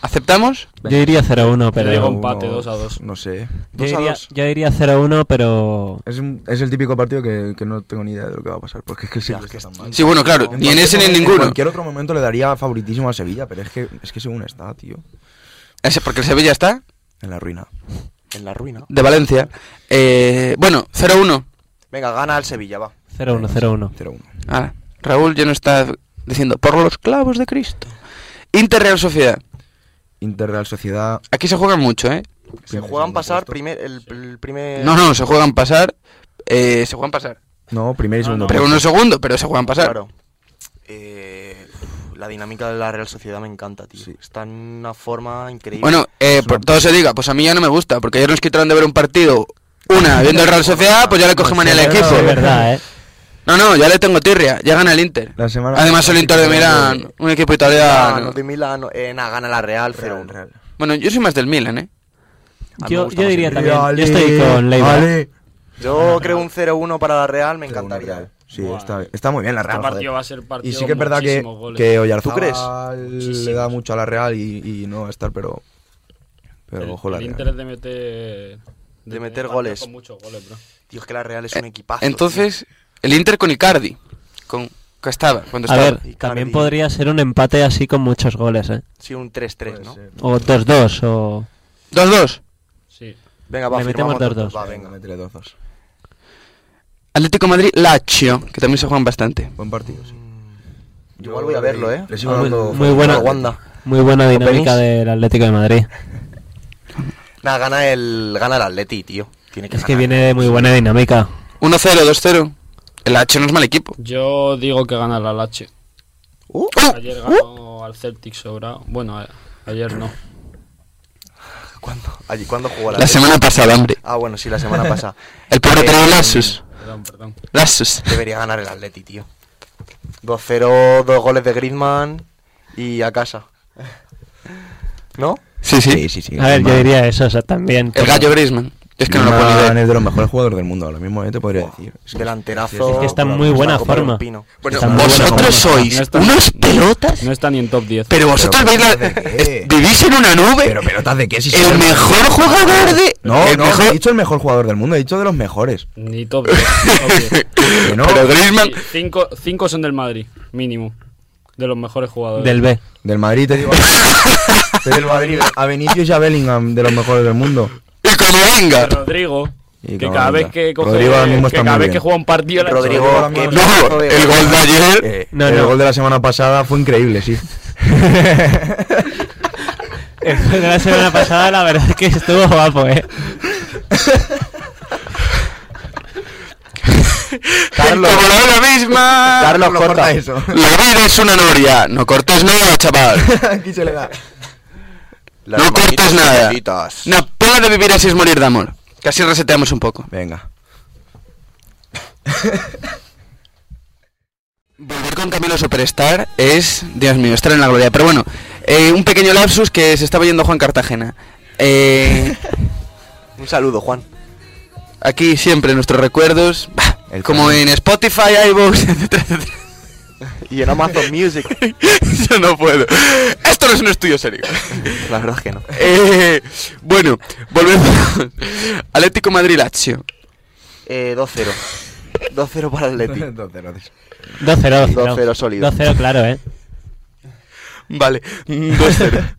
Speaker 1: ¿Aceptamos?
Speaker 4: Yo diría 0-1, pero.
Speaker 6: digo
Speaker 4: Yo
Speaker 6: un empate,
Speaker 3: Uno-
Speaker 6: dos a dos.
Speaker 3: No sé.
Speaker 2: dos a
Speaker 4: diría,
Speaker 2: dos.
Speaker 4: yo diría 0-1, pero.
Speaker 3: Es, un- es el típico partido que, que no tengo ni idea de lo que va a pasar. Porque es que siempre está tan mal.
Speaker 1: Sí, bueno, claro, ni en ese ni en ninguno.
Speaker 3: cualquier otro momento le daría favoritísimo a Sevilla, pero es que, es que según está, tío.
Speaker 1: Ese porque el Sevilla está
Speaker 3: En la ruina.
Speaker 2: En la ruina.
Speaker 1: de Valencia. Eh, bueno, 0-1.
Speaker 2: Venga, gana el Sevilla, va.
Speaker 4: 0-1, 0-1.
Speaker 3: 0-1.
Speaker 1: Ah, Raúl ya no está diciendo por los clavos de Cristo. Inter Real Sociedad.
Speaker 3: Inter Real Sociedad.
Speaker 1: Aquí se juegan mucho, ¿eh?
Speaker 2: Se
Speaker 3: primer,
Speaker 2: juegan
Speaker 3: segundo
Speaker 2: pasar
Speaker 3: puesto.
Speaker 2: primer, el, el primer.
Speaker 1: No, no, se juegan pasar. eh, se juegan pasar.
Speaker 3: No, primer y
Speaker 6: No,
Speaker 3: segundo.
Speaker 6: no.
Speaker 1: Pero
Speaker 3: puesto.
Speaker 1: uno segundo, pero se juegan pasar.
Speaker 2: Claro. Eh, la dinámica de la Real Sociedad me encanta, tío.
Speaker 3: Sí.
Speaker 2: Está en una forma increíble.
Speaker 1: Bueno, eh, por todo se diga, pues a mí ya no me gusta, porque ayer nos quitaron de ver un partido, una, viendo el Real Sociedad, pues ya le coge manía al
Speaker 4: Pero
Speaker 1: equipo.
Speaker 4: Es verdad, ¿eh?
Speaker 1: No, no, ya le tengo tirria, ya gana el Inter.
Speaker 3: La semana-
Speaker 1: Además el Inter de Milán, un equipo
Speaker 2: Milano,
Speaker 1: italiano.
Speaker 2: de Milano. Eh, nada, gana la Real, pero
Speaker 1: Bueno, yo soy más del Milan, ¿eh?
Speaker 2: A mí Ah, me
Speaker 4: Yo,
Speaker 2: gusta
Speaker 4: yo
Speaker 2: más
Speaker 4: diría
Speaker 2: el
Speaker 4: también, yo estoy con Leiva.
Speaker 2: Yo creo un 0-1 para la Real, me encantaría.
Speaker 3: Sí,
Speaker 6: Buah.
Speaker 3: está, está muy bien la Real.
Speaker 6: Este partido
Speaker 3: joder.
Speaker 6: va a ser partido
Speaker 3: y sí que es verdad que,
Speaker 6: muchísimos goles.
Speaker 3: que
Speaker 2: ¿Tú
Speaker 3: Oyarzabal le da
Speaker 6: Muchísimos.
Speaker 3: mucho a la Real y, y no va a estar, pero. Pero
Speaker 6: el,
Speaker 3: ojo la
Speaker 6: el
Speaker 3: Real.
Speaker 6: Inter es de meter...
Speaker 2: De meter
Speaker 6: partidos
Speaker 2: goles.
Speaker 6: Con muchos goles, bro.
Speaker 2: Tío, es que la Real es un equipazo. tío.
Speaker 1: Eh, Entonces, el Inter con Icardi, con que estaba, cuando
Speaker 4: A
Speaker 1: estaba.
Speaker 4: ver,
Speaker 2: Icardi.
Speaker 4: también podría ser un empate así con muchos goles, ¿eh?
Speaker 2: Sí, un 3-3, ¿no?
Speaker 4: O 2-2, o...
Speaker 1: 2-2.
Speaker 6: Sí.
Speaker 2: Venga, va,
Speaker 4: Le metemos
Speaker 2: firmamos dos,
Speaker 4: dos, dos.
Speaker 2: Va,
Speaker 3: Ah, venga,
Speaker 2: venga.
Speaker 3: métele dos, dos.
Speaker 1: Atlético Madrid, Lazio, que también se juegan bastante.
Speaker 3: Buen partido, sí.
Speaker 2: Yo igual voy a verlo, ¿eh?
Speaker 3: Le sigo
Speaker 4: Muy,
Speaker 3: dando
Speaker 4: muy
Speaker 3: fuerte
Speaker 4: buena,
Speaker 3: a
Speaker 2: Wanda.
Speaker 4: muy buena dinámica
Speaker 2: Penis.
Speaker 4: del Atlético de Madrid.
Speaker 2: Nada, gana el, gana el Atleti, tío. Tiene que
Speaker 4: Es que
Speaker 2: ganar.
Speaker 4: viene de muy buena dinámica.
Speaker 1: 1-0, 2-0. El Lazio no es mal equipo.
Speaker 6: Yo digo que gana la Lache.
Speaker 1: ¡Uh!
Speaker 6: Ayer ganó al Celtic sobra. Bueno, a- ayer no.
Speaker 2: ¿Cuándo, allí, ¿cuándo jugó la
Speaker 1: La semana pasada, hombre.
Speaker 2: Ah, bueno, sí, la semana
Speaker 1: *laughs*
Speaker 2: pasada.
Speaker 1: El pobre
Speaker 2: Eh,
Speaker 1: tenía Lasus.
Speaker 6: Perdón, perdón.
Speaker 1: Lasus.
Speaker 2: Debería ganar el Atleti, tío. 2-0, dos goles de Griezmann y a casa. ¿No?
Speaker 1: Sí, sí.
Speaker 3: Sí, sí, sí.
Speaker 4: A ver, yo
Speaker 3: Griezmann-
Speaker 4: diría eso, o sea, también.
Speaker 1: El
Speaker 4: pero-
Speaker 1: gallo Griezmann. Es que no lo puedo ni
Speaker 3: Griezmann
Speaker 1: ver.
Speaker 3: es de los mejores jugadores del mundo ahora mismo, ¿eh? te podría decir. Es que-
Speaker 2: Delanterazo.
Speaker 4: Es que está en muy
Speaker 2: Está
Speaker 4: buena
Speaker 2: como un
Speaker 4: forma.
Speaker 2: pino.
Speaker 1: Bueno,
Speaker 4: Está muy buena
Speaker 1: vosotros
Speaker 4: forma.
Speaker 1: sois
Speaker 6: No está-
Speaker 1: unos pelotas.
Speaker 6: No está ni en top 10.
Speaker 1: Pero vosotros
Speaker 3: Pero
Speaker 1: veis la.
Speaker 3: pelotas de qué?
Speaker 1: eh, Vivís en una nube.
Speaker 3: Pero pelotas de qué si son
Speaker 1: el mejor jugador de.
Speaker 3: No,
Speaker 1: el
Speaker 3: no,
Speaker 1: mejor-
Speaker 3: he dicho el mejor jugador del mundo, he dicho de los mejores.
Speaker 6: Ni top 10. ni top 10.
Speaker 3: Que
Speaker 1: *laughs*
Speaker 3: no,
Speaker 1: Pero Griezmann.
Speaker 6: Sí, cinco, cinco son del Madrid, mínimo. De los mejores jugadores.
Speaker 4: Del B.
Speaker 3: Del Madrid te digo. *laughs* te digo a Ben- a Vinicius y a Bellingham, de los mejores del *laughs* mundo.
Speaker 1: Y como venga.
Speaker 6: Rodrigo.
Speaker 3: Y
Speaker 6: que
Speaker 3: Camavinga.
Speaker 6: cada vez que coge,
Speaker 3: Rodrigo ahora mismo
Speaker 6: que
Speaker 3: está
Speaker 6: cada
Speaker 3: muy
Speaker 6: vez
Speaker 3: bien.
Speaker 6: que juega un partido la
Speaker 2: Rodrigo,
Speaker 3: Rodrigo
Speaker 2: qué
Speaker 3: Ramos.
Speaker 2: pedazo
Speaker 1: No,
Speaker 2: de-
Speaker 1: el
Speaker 2: *laughs*
Speaker 1: gol de ayer.
Speaker 3: Eh,
Speaker 4: No,
Speaker 3: el
Speaker 4: no.
Speaker 3: gol de la semana pasada fue increíble, sí.
Speaker 4: El juego de la semana pasada, la verdad es que estuvo guapo, ¿eh?
Speaker 1: Carlos. Como la ola misma.
Speaker 3: Carlos
Speaker 1: No
Speaker 3: corta
Speaker 1: eso.
Speaker 3: eso.
Speaker 1: La vida es una noria. No cortes nada, chaval.
Speaker 3: Aquí se le da.
Speaker 2: Las
Speaker 1: no cortes
Speaker 2: manitas
Speaker 1: nada.
Speaker 2: chiquititas.
Speaker 1: No puedo de vivir así es morir de amor. Casi reseteamos un poco.
Speaker 3: Venga.
Speaker 1: Volver con Camilo Superstar es, Dios mío, estar en la gloria. Pero bueno, eh, un pequeño lapsus que se estaba yendo Juan Cartagena. Eh,
Speaker 2: Un saludo, Juan.
Speaker 1: aquí siempre nuestros recuerdos, bah,
Speaker 3: El
Speaker 1: como
Speaker 3: Camilo.
Speaker 1: en Spotify, iVoox, *laughs* etcétera, etcétera.
Speaker 2: Y
Speaker 1: *laughs*
Speaker 2: en Amazon Music.
Speaker 1: Yo no puedo. Esto no es un estudio serio.
Speaker 2: La verdad es que no.
Speaker 1: Eh, bueno, volvemos. *laughs* Atlético Madrid-Lazio.
Speaker 2: Eh, 2-0. 2-0 para el Atleti.
Speaker 3: *laughs* Entonces, entonces.
Speaker 4: 2-0.
Speaker 2: 2-0 sólido.
Speaker 4: 2-0, claro, ¿eh?
Speaker 1: Vale, mm, 2-0.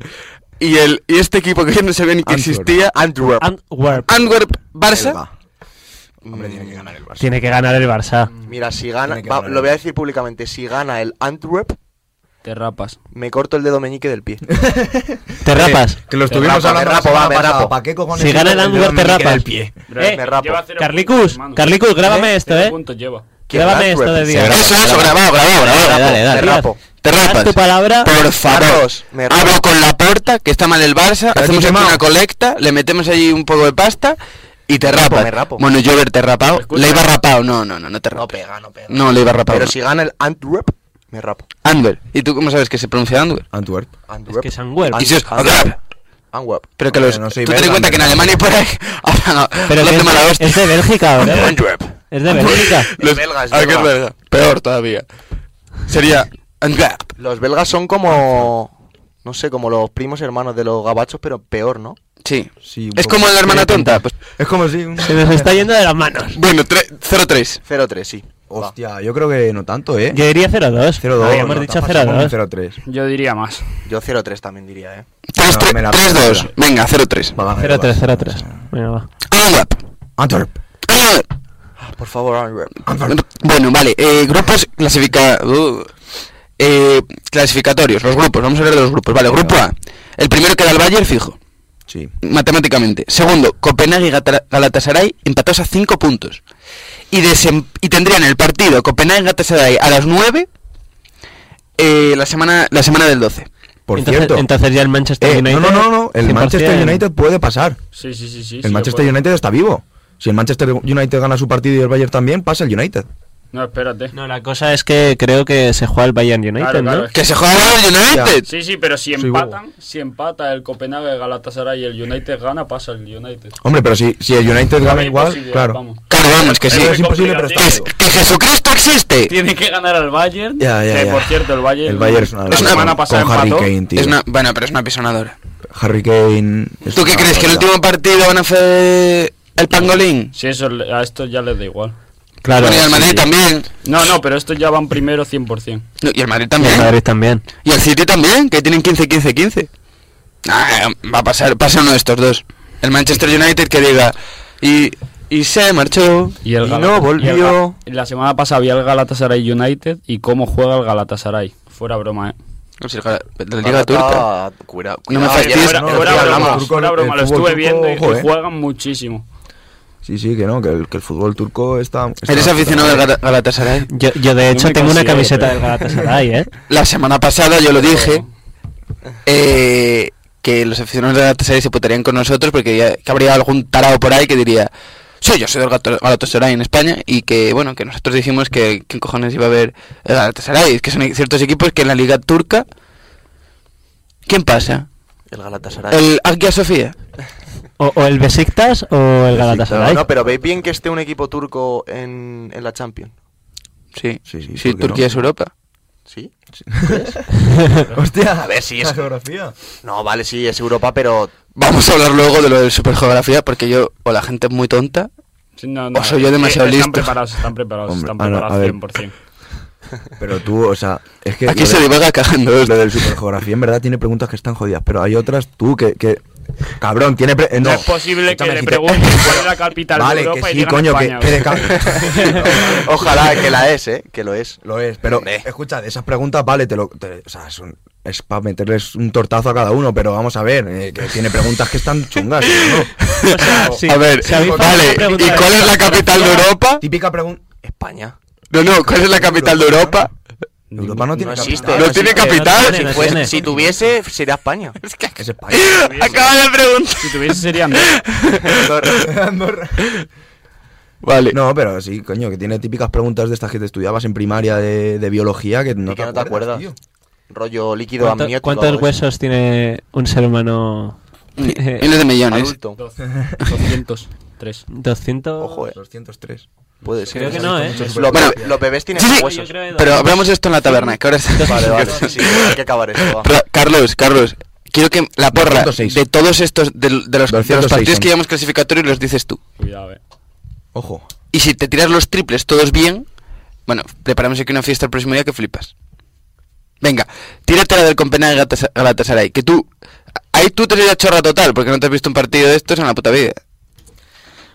Speaker 1: y, el- y este equipo que yo no sabía ni que
Speaker 3: Antwerp.
Speaker 1: existía, Antwerp.
Speaker 4: Antwerp.
Speaker 1: Antwerp-Barça.
Speaker 3: Elba. Hombre, tiene que ganar el Barça.
Speaker 4: Tiene que ganar el Barça.
Speaker 2: Mira, si gana,
Speaker 3: Tiene que
Speaker 2: va,
Speaker 3: ganar.
Speaker 2: lo voy a decir públicamente, si gana el Antwerp,
Speaker 6: Te rapas.
Speaker 2: me corto el dedo meñique del
Speaker 4: *laughs*
Speaker 2: pie.
Speaker 4: Te rapas.
Speaker 3: Eh, que lo estuvimos
Speaker 2: rapo,
Speaker 3: hablando
Speaker 2: me
Speaker 3: la
Speaker 2: rapo,
Speaker 3: semana
Speaker 2: va, me
Speaker 3: pasada.
Speaker 2: rapo.
Speaker 3: ¿Para qué cojones?
Speaker 4: Si gana el
Speaker 3: dedo
Speaker 4: Antwerp, te
Speaker 3: meñique
Speaker 4: rapas.
Speaker 3: del pie?
Speaker 4: Eh,
Speaker 2: me rapo.
Speaker 4: Carlicus, Carlicus, grábame esto, ¿eh?
Speaker 6: puntos lleva.
Speaker 2: ¿Qué
Speaker 4: Grábame
Speaker 2: Antwerp?
Speaker 4: esto de
Speaker 2: Se
Speaker 4: día.
Speaker 1: Eso, eso, grabado, grabado, grabado.
Speaker 5: Dale, dale,
Speaker 2: Me
Speaker 5: dale.
Speaker 2: rapo.
Speaker 1: Te
Speaker 4: Haz
Speaker 1: rapas.
Speaker 4: tu palabra.
Speaker 1: Por favor,
Speaker 2: Carlos, me rapo.
Speaker 1: hablo con la porta, que está mal el Barça,
Speaker 3: Pero
Speaker 1: hacemos
Speaker 3: aquí
Speaker 1: aquí
Speaker 3: quemado.
Speaker 1: una colecta, le metemos allí un poco de pasta y te
Speaker 2: Me rapo,
Speaker 1: rapas.
Speaker 2: me rapo.
Speaker 1: Bueno, yo verte rapado,
Speaker 6: Escucha.
Speaker 1: le iba rapado, no, no, no, no te
Speaker 2: No
Speaker 1: rapas.
Speaker 2: pega, no pega.
Speaker 1: No, le iba rapado.
Speaker 2: Pero
Speaker 1: no.
Speaker 2: si gana el Antwerp, me rapo.
Speaker 1: Antwerp. ¿Y tú cómo sabes que se pronuncia Antwerp?
Speaker 3: Antwerp.
Speaker 2: Antwerp.
Speaker 4: Es que es Antwerp.
Speaker 1: Y si es
Speaker 2: Antwerp. Antwerp.
Speaker 1: Pero que
Speaker 3: Hombre,
Speaker 1: los...
Speaker 3: no
Speaker 1: tú
Speaker 3: soy
Speaker 1: ten en
Speaker 3: belga,
Speaker 1: cuenta que en
Speaker 3: hombre.
Speaker 1: Alemania pues, y por ahí *laughs* hablan
Speaker 4: Pero que
Speaker 1: hablan de mala
Speaker 4: es,
Speaker 1: hostia.
Speaker 4: es de
Speaker 3: *laughs*
Speaker 4: Bélgica, ¿verdad?
Speaker 1: Antwerp.
Speaker 4: Es de Bélgica.
Speaker 1: Los
Speaker 2: belga, es
Speaker 1: ah, que
Speaker 2: belga.
Speaker 1: belga. Peor todavía. Sería Antwerp.
Speaker 2: Los belgas son como... No sé, como los primos hermanos de los gabachos, pero peor, ¿no?
Speaker 1: Sí.
Speaker 3: Sí, un
Speaker 1: Es
Speaker 3: poco.
Speaker 1: como la hermana tonta. pues,
Speaker 3: Es como si. un-
Speaker 4: Se nos está yendo de las manos.
Speaker 1: bueno, tre- 0-3.
Speaker 2: 0-3, sí. Va.
Speaker 3: Hostia, yo creo que no tanto, ¿eh?
Speaker 4: Yo diría 0-2.
Speaker 3: 0-2.
Speaker 4: Habíamos
Speaker 3: no,
Speaker 4: dicho
Speaker 3: pasamos un
Speaker 4: 0-2.
Speaker 3: 0-3.
Speaker 6: Yo diría más.
Speaker 2: Yo 0-3 también diría, ¿eh?
Speaker 1: 3-3,
Speaker 3: me la
Speaker 1: 3-2.
Speaker 3: pela.
Speaker 1: Venga, 0-3.
Speaker 3: Va a ganar el
Speaker 4: 0-3,
Speaker 3: Barça.
Speaker 4: 0-3. Venga, va.
Speaker 1: Antwerp.
Speaker 3: Antwerp.
Speaker 1: Antwerp.
Speaker 2: Ah, Por favor, Antwerp.
Speaker 1: Bueno, Ah, vale. eh, grupos clasifica... uh, eh, clasificatorios, los grupos. Vamos a hablar de los grupos. Vale, grupo A. El primero queda el Bayern fijo,
Speaker 3: Sí.
Speaker 1: matemáticamente. Segundo, Copenhague y Gata- Galatasaray empatados a 5 puntos. Y, desem- y tendrían el partido Copenhague-Galatasaray a las 9 eh, la, semana, la semana del 12.
Speaker 3: Por
Speaker 4: entonces,
Speaker 3: cierto.
Speaker 4: entonces ya el Manchester
Speaker 3: Eh,
Speaker 4: United.
Speaker 3: no, no, no, no, el
Speaker 4: 100%.
Speaker 3: Manchester United puede pasar.
Speaker 6: Sí, sí, sí, sí.
Speaker 3: el Manchester United está vivo. Si el Manchester United gana su partido y el Bayern también, pasa el United.
Speaker 6: No, espérate.
Speaker 4: No, la cosa es que creo que se juega el Bayern United,
Speaker 6: Claro,
Speaker 4: ¿no?
Speaker 6: claro,
Speaker 1: ¡Que se juega el United!
Speaker 6: Sí, sí, pero si
Speaker 3: Soy
Speaker 6: empatan, si empata el Copenhague, Galatasaray y el United gana, pasa el United.
Speaker 3: Hombre, pero si, si el United
Speaker 6: No
Speaker 3: gana
Speaker 6: hay
Speaker 3: igual,
Speaker 6: posibilidad,
Speaker 3: claro.
Speaker 6: vamos.
Speaker 1: Claro, vamos, que sí.
Speaker 6: Eh,
Speaker 3: Pero es imposible, pero está
Speaker 1: Que, es-
Speaker 3: vivo.
Speaker 1: que Jesucristo existe.
Speaker 6: Tiene que ganar al Bayern.
Speaker 3: Ya, ya,
Speaker 6: que
Speaker 3: ya.
Speaker 6: por cierto, el Bayern.
Speaker 3: El Bayern es una
Speaker 1: Es
Speaker 6: La
Speaker 1: una-
Speaker 6: semana pasada
Speaker 3: con Harry
Speaker 6: empató.
Speaker 3: Kane, tío.
Speaker 1: Es una- bueno, pero es una pisonadora.
Speaker 3: Harry Kane. es
Speaker 1: ¿Tú qué
Speaker 3: una
Speaker 1: crees? ¿Que el
Speaker 3: barbaridad.
Speaker 1: último partido van a hacer el pangolín?
Speaker 6: Si eso, le- a esto ya les da igual.
Speaker 4: Claro,
Speaker 1: bueno, y al
Speaker 4: sí,
Speaker 1: Madrid
Speaker 4: sí.
Speaker 1: también.
Speaker 6: No, no, pero estos ya van primero 100%.
Speaker 1: No, Y el Madrid
Speaker 4: Y
Speaker 1: también.
Speaker 4: el Madrid también.
Speaker 1: Y el City también, que tienen 15-15-15. Ah, va a pasar, pasa uno de estos dos. El Manchester United que diga. Y, y se marchó.
Speaker 6: Y el
Speaker 2: Y
Speaker 6: Galata-
Speaker 2: no volvió.
Speaker 6: el Ga- la semana pasada había el Galatasaray United y cómo juega el Galatasaray. Fuera broma, eh.
Speaker 1: No sé, la la Liga Turca.
Speaker 2: Cuidado,
Speaker 1: No me
Speaker 2: cuidado,
Speaker 1: fastidies.
Speaker 2: fuera-
Speaker 3: No,
Speaker 2: fuera
Speaker 3: tío,
Speaker 2: broma.
Speaker 3: hablamos.
Speaker 6: fuera broma,
Speaker 3: El
Speaker 6: lo
Speaker 3: fútbol
Speaker 6: estuve
Speaker 3: turco,
Speaker 6: viendo y
Speaker 3: ojo, eh.
Speaker 6: y juegan muchísimo.
Speaker 3: Sí, sí, que no, que el, que el fútbol turco está. está-
Speaker 1: Eres aficionado al Gala- Galatasaray.
Speaker 4: Yo, yo de
Speaker 6: No
Speaker 4: hecho
Speaker 6: me
Speaker 4: tengo una
Speaker 6: considero,
Speaker 4: camiseta
Speaker 6: pero-
Speaker 4: del Galatasaray, ¿eh?
Speaker 1: La semana pasada yo lo dije. eh, que los aficionados de Galatasaray se putarían con nosotros porque ya- que habría algún tarado por ahí que diría. Sí, yo soy del Gato- Galatasaray en España y que, bueno, que nosotros dijimos que quién cojones iba a haber el Galatasaray. Es que son ciertos equipos que en la Liga Turca. ¿Quién pasa?
Speaker 2: El Galatasaray.
Speaker 1: El Akia Sofía.
Speaker 4: O, o el Besiktas o el
Speaker 2: No,
Speaker 4: Galatasaray.
Speaker 2: no, pero veis bien que esté un equipo turco en, en la Champions.
Speaker 1: Sí,
Speaker 3: Sí,
Speaker 1: sí,
Speaker 3: sí,
Speaker 1: sí.
Speaker 3: ¿por qué
Speaker 1: Turquía
Speaker 3: no?
Speaker 1: es Europa.
Speaker 2: ¿Sí?
Speaker 3: *laughs* Hostia,
Speaker 2: A ver si
Speaker 3: la
Speaker 2: es-
Speaker 3: geografía.
Speaker 2: No, vale, sí, es Europa, pero *laughs*
Speaker 1: Vamos a hablar luego de lo de supergeografía porque yo, o la gente es muy tonta,
Speaker 6: Sí, no, no,
Speaker 1: O soy yo demasiado
Speaker 6: están
Speaker 1: listo.
Speaker 6: Preparados, están preparados,
Speaker 3: Hombre,
Speaker 6: están
Speaker 3: ah, no,
Speaker 6: preparados
Speaker 3: a ver.
Speaker 6: 100%.
Speaker 3: Pero tú, o sea, es que.
Speaker 1: Aquí
Speaker 3: lo
Speaker 1: se
Speaker 3: de-
Speaker 1: divaga cagando.
Speaker 3: Lo del supergeografía en verdad tiene preguntas que están jodidas, pero hay otras tú que. que- cabrón, tiene. pre- eh, no.
Speaker 6: No es posible que
Speaker 3: Escúchame,
Speaker 6: le
Speaker 3: si te-
Speaker 6: pregunten cuál
Speaker 3: *laughs*
Speaker 6: es la capital
Speaker 3: Vale,
Speaker 6: de
Speaker 3: que
Speaker 6: Europa y
Speaker 3: sí,
Speaker 6: digan
Speaker 3: coño, que,
Speaker 6: España.
Speaker 3: que de *laughs*
Speaker 6: *laughs*
Speaker 3: ca-
Speaker 2: ojalá que la es, ¿eh? Que lo es.
Speaker 3: Lo es, pero
Speaker 2: Hombre.
Speaker 3: escucha, de esas preguntas, vale, te lo. te- o sea, son- es para meterles un tortazo a cada uno, pero vamos a ver, eh, que tiene preguntas que están chungas. ¿no?
Speaker 1: *laughs*
Speaker 4: O sea, sí,
Speaker 1: a ver,
Speaker 4: si habéis
Speaker 1: vale,
Speaker 4: pasado una
Speaker 1: ¿y
Speaker 4: pregunta
Speaker 1: cuál es la capital de Europa?
Speaker 3: Típica pregunta.
Speaker 2: España.
Speaker 1: No, no, ¿cuál es la capital de Europa?
Speaker 3: Europa no tiene
Speaker 2: no existe.
Speaker 3: capital.
Speaker 1: ¿No tiene
Speaker 2: existe.
Speaker 1: capital? Pues,
Speaker 2: Si,
Speaker 4: No
Speaker 2: fuese-
Speaker 4: tiene.
Speaker 2: si tuviese, sería
Speaker 1: *laughs*
Speaker 2: España.
Speaker 3: Es España.
Speaker 1: Acaba la pregunta.
Speaker 6: Si tuviese serían
Speaker 3: *laughs* Andorra.
Speaker 1: Vale.
Speaker 3: No, pero sí, coño, que tiene típicas preguntas de estas que te estudiabas en primaria de, de biología que no,
Speaker 2: que no te acuerdas.
Speaker 3: tío.
Speaker 2: *laughs* Rollo líquido
Speaker 4: ¿Cuánto-
Speaker 2: amniótico.
Speaker 4: ¿Cuántos
Speaker 2: algo así.
Speaker 4: huesos tiene un ser humano? Eh,
Speaker 1: Miles de millones.
Speaker 2: Adulto.
Speaker 6: 203.
Speaker 4: 200.
Speaker 2: Ojo, eh.
Speaker 3: 203
Speaker 2: Puede ser.
Speaker 4: Creo que no, ¿eh?
Speaker 2: Lo-
Speaker 1: Bueno,
Speaker 2: los bebés tienen
Speaker 1: sí, sí.
Speaker 2: huesos.
Speaker 1: Pero hablamos de esto en la taberna, que ahora está...
Speaker 2: Vale,
Speaker 1: *laughs*
Speaker 2: vale, sí, sí, hay que acabar esto. va.
Speaker 1: Pero, Carlos, Carlos, quiero que la porra
Speaker 3: 206.
Speaker 1: de todos estos, de, de los, de los
Speaker 3: 206
Speaker 1: partidos
Speaker 3: son.
Speaker 1: que llevamos clasificatorios los dices tú.
Speaker 6: Cuidado, eh.
Speaker 3: Ojo.
Speaker 1: Y si te tiras los triples todos bien, bueno, preparamos aquí una fiesta el próximo día que flipas. Venga, tírate la del Copenhague Galatasaray- Galatasaray, que tú... Ahí tú te serías chorra total, porque no te has visto un partido de estos en la puta vida.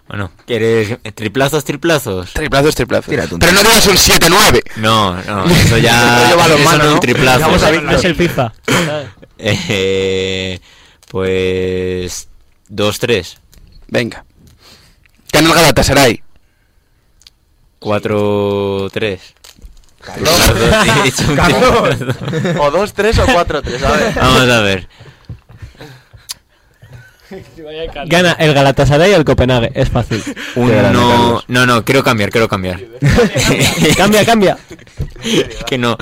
Speaker 5: Bueno, ¿quieres eh, triplazos, triplazos?
Speaker 1: Triplazos, triplazos.
Speaker 3: Tírate un
Speaker 1: Pero no digas un 7-9.
Speaker 5: No, no,
Speaker 3: *laughs*
Speaker 5: eso ya.
Speaker 3: Yo llevo a los
Speaker 5: eso
Speaker 3: manos,
Speaker 5: no es
Speaker 3: ¿no?
Speaker 5: un triplazo.
Speaker 3: Vamos a
Speaker 4: No es el FIFA.
Speaker 5: Eh, pues. 2-3.
Speaker 1: Venga. Gana el Galatasaray.
Speaker 5: 4-3.
Speaker 3: *laughs*
Speaker 2: O 2, 3 o 4, 3.
Speaker 1: *laughs* Ah,
Speaker 2: A ver.
Speaker 5: Vamos a ver.
Speaker 4: *laughs* Gana el Galatasaray o el Copenhague. Es fácil.
Speaker 5: Uno... No, no, quiero cambiar,
Speaker 3: *laughs*
Speaker 5: quiero cambiar.
Speaker 4: *laughs* cambia, cambia.
Speaker 5: *laughs* que no,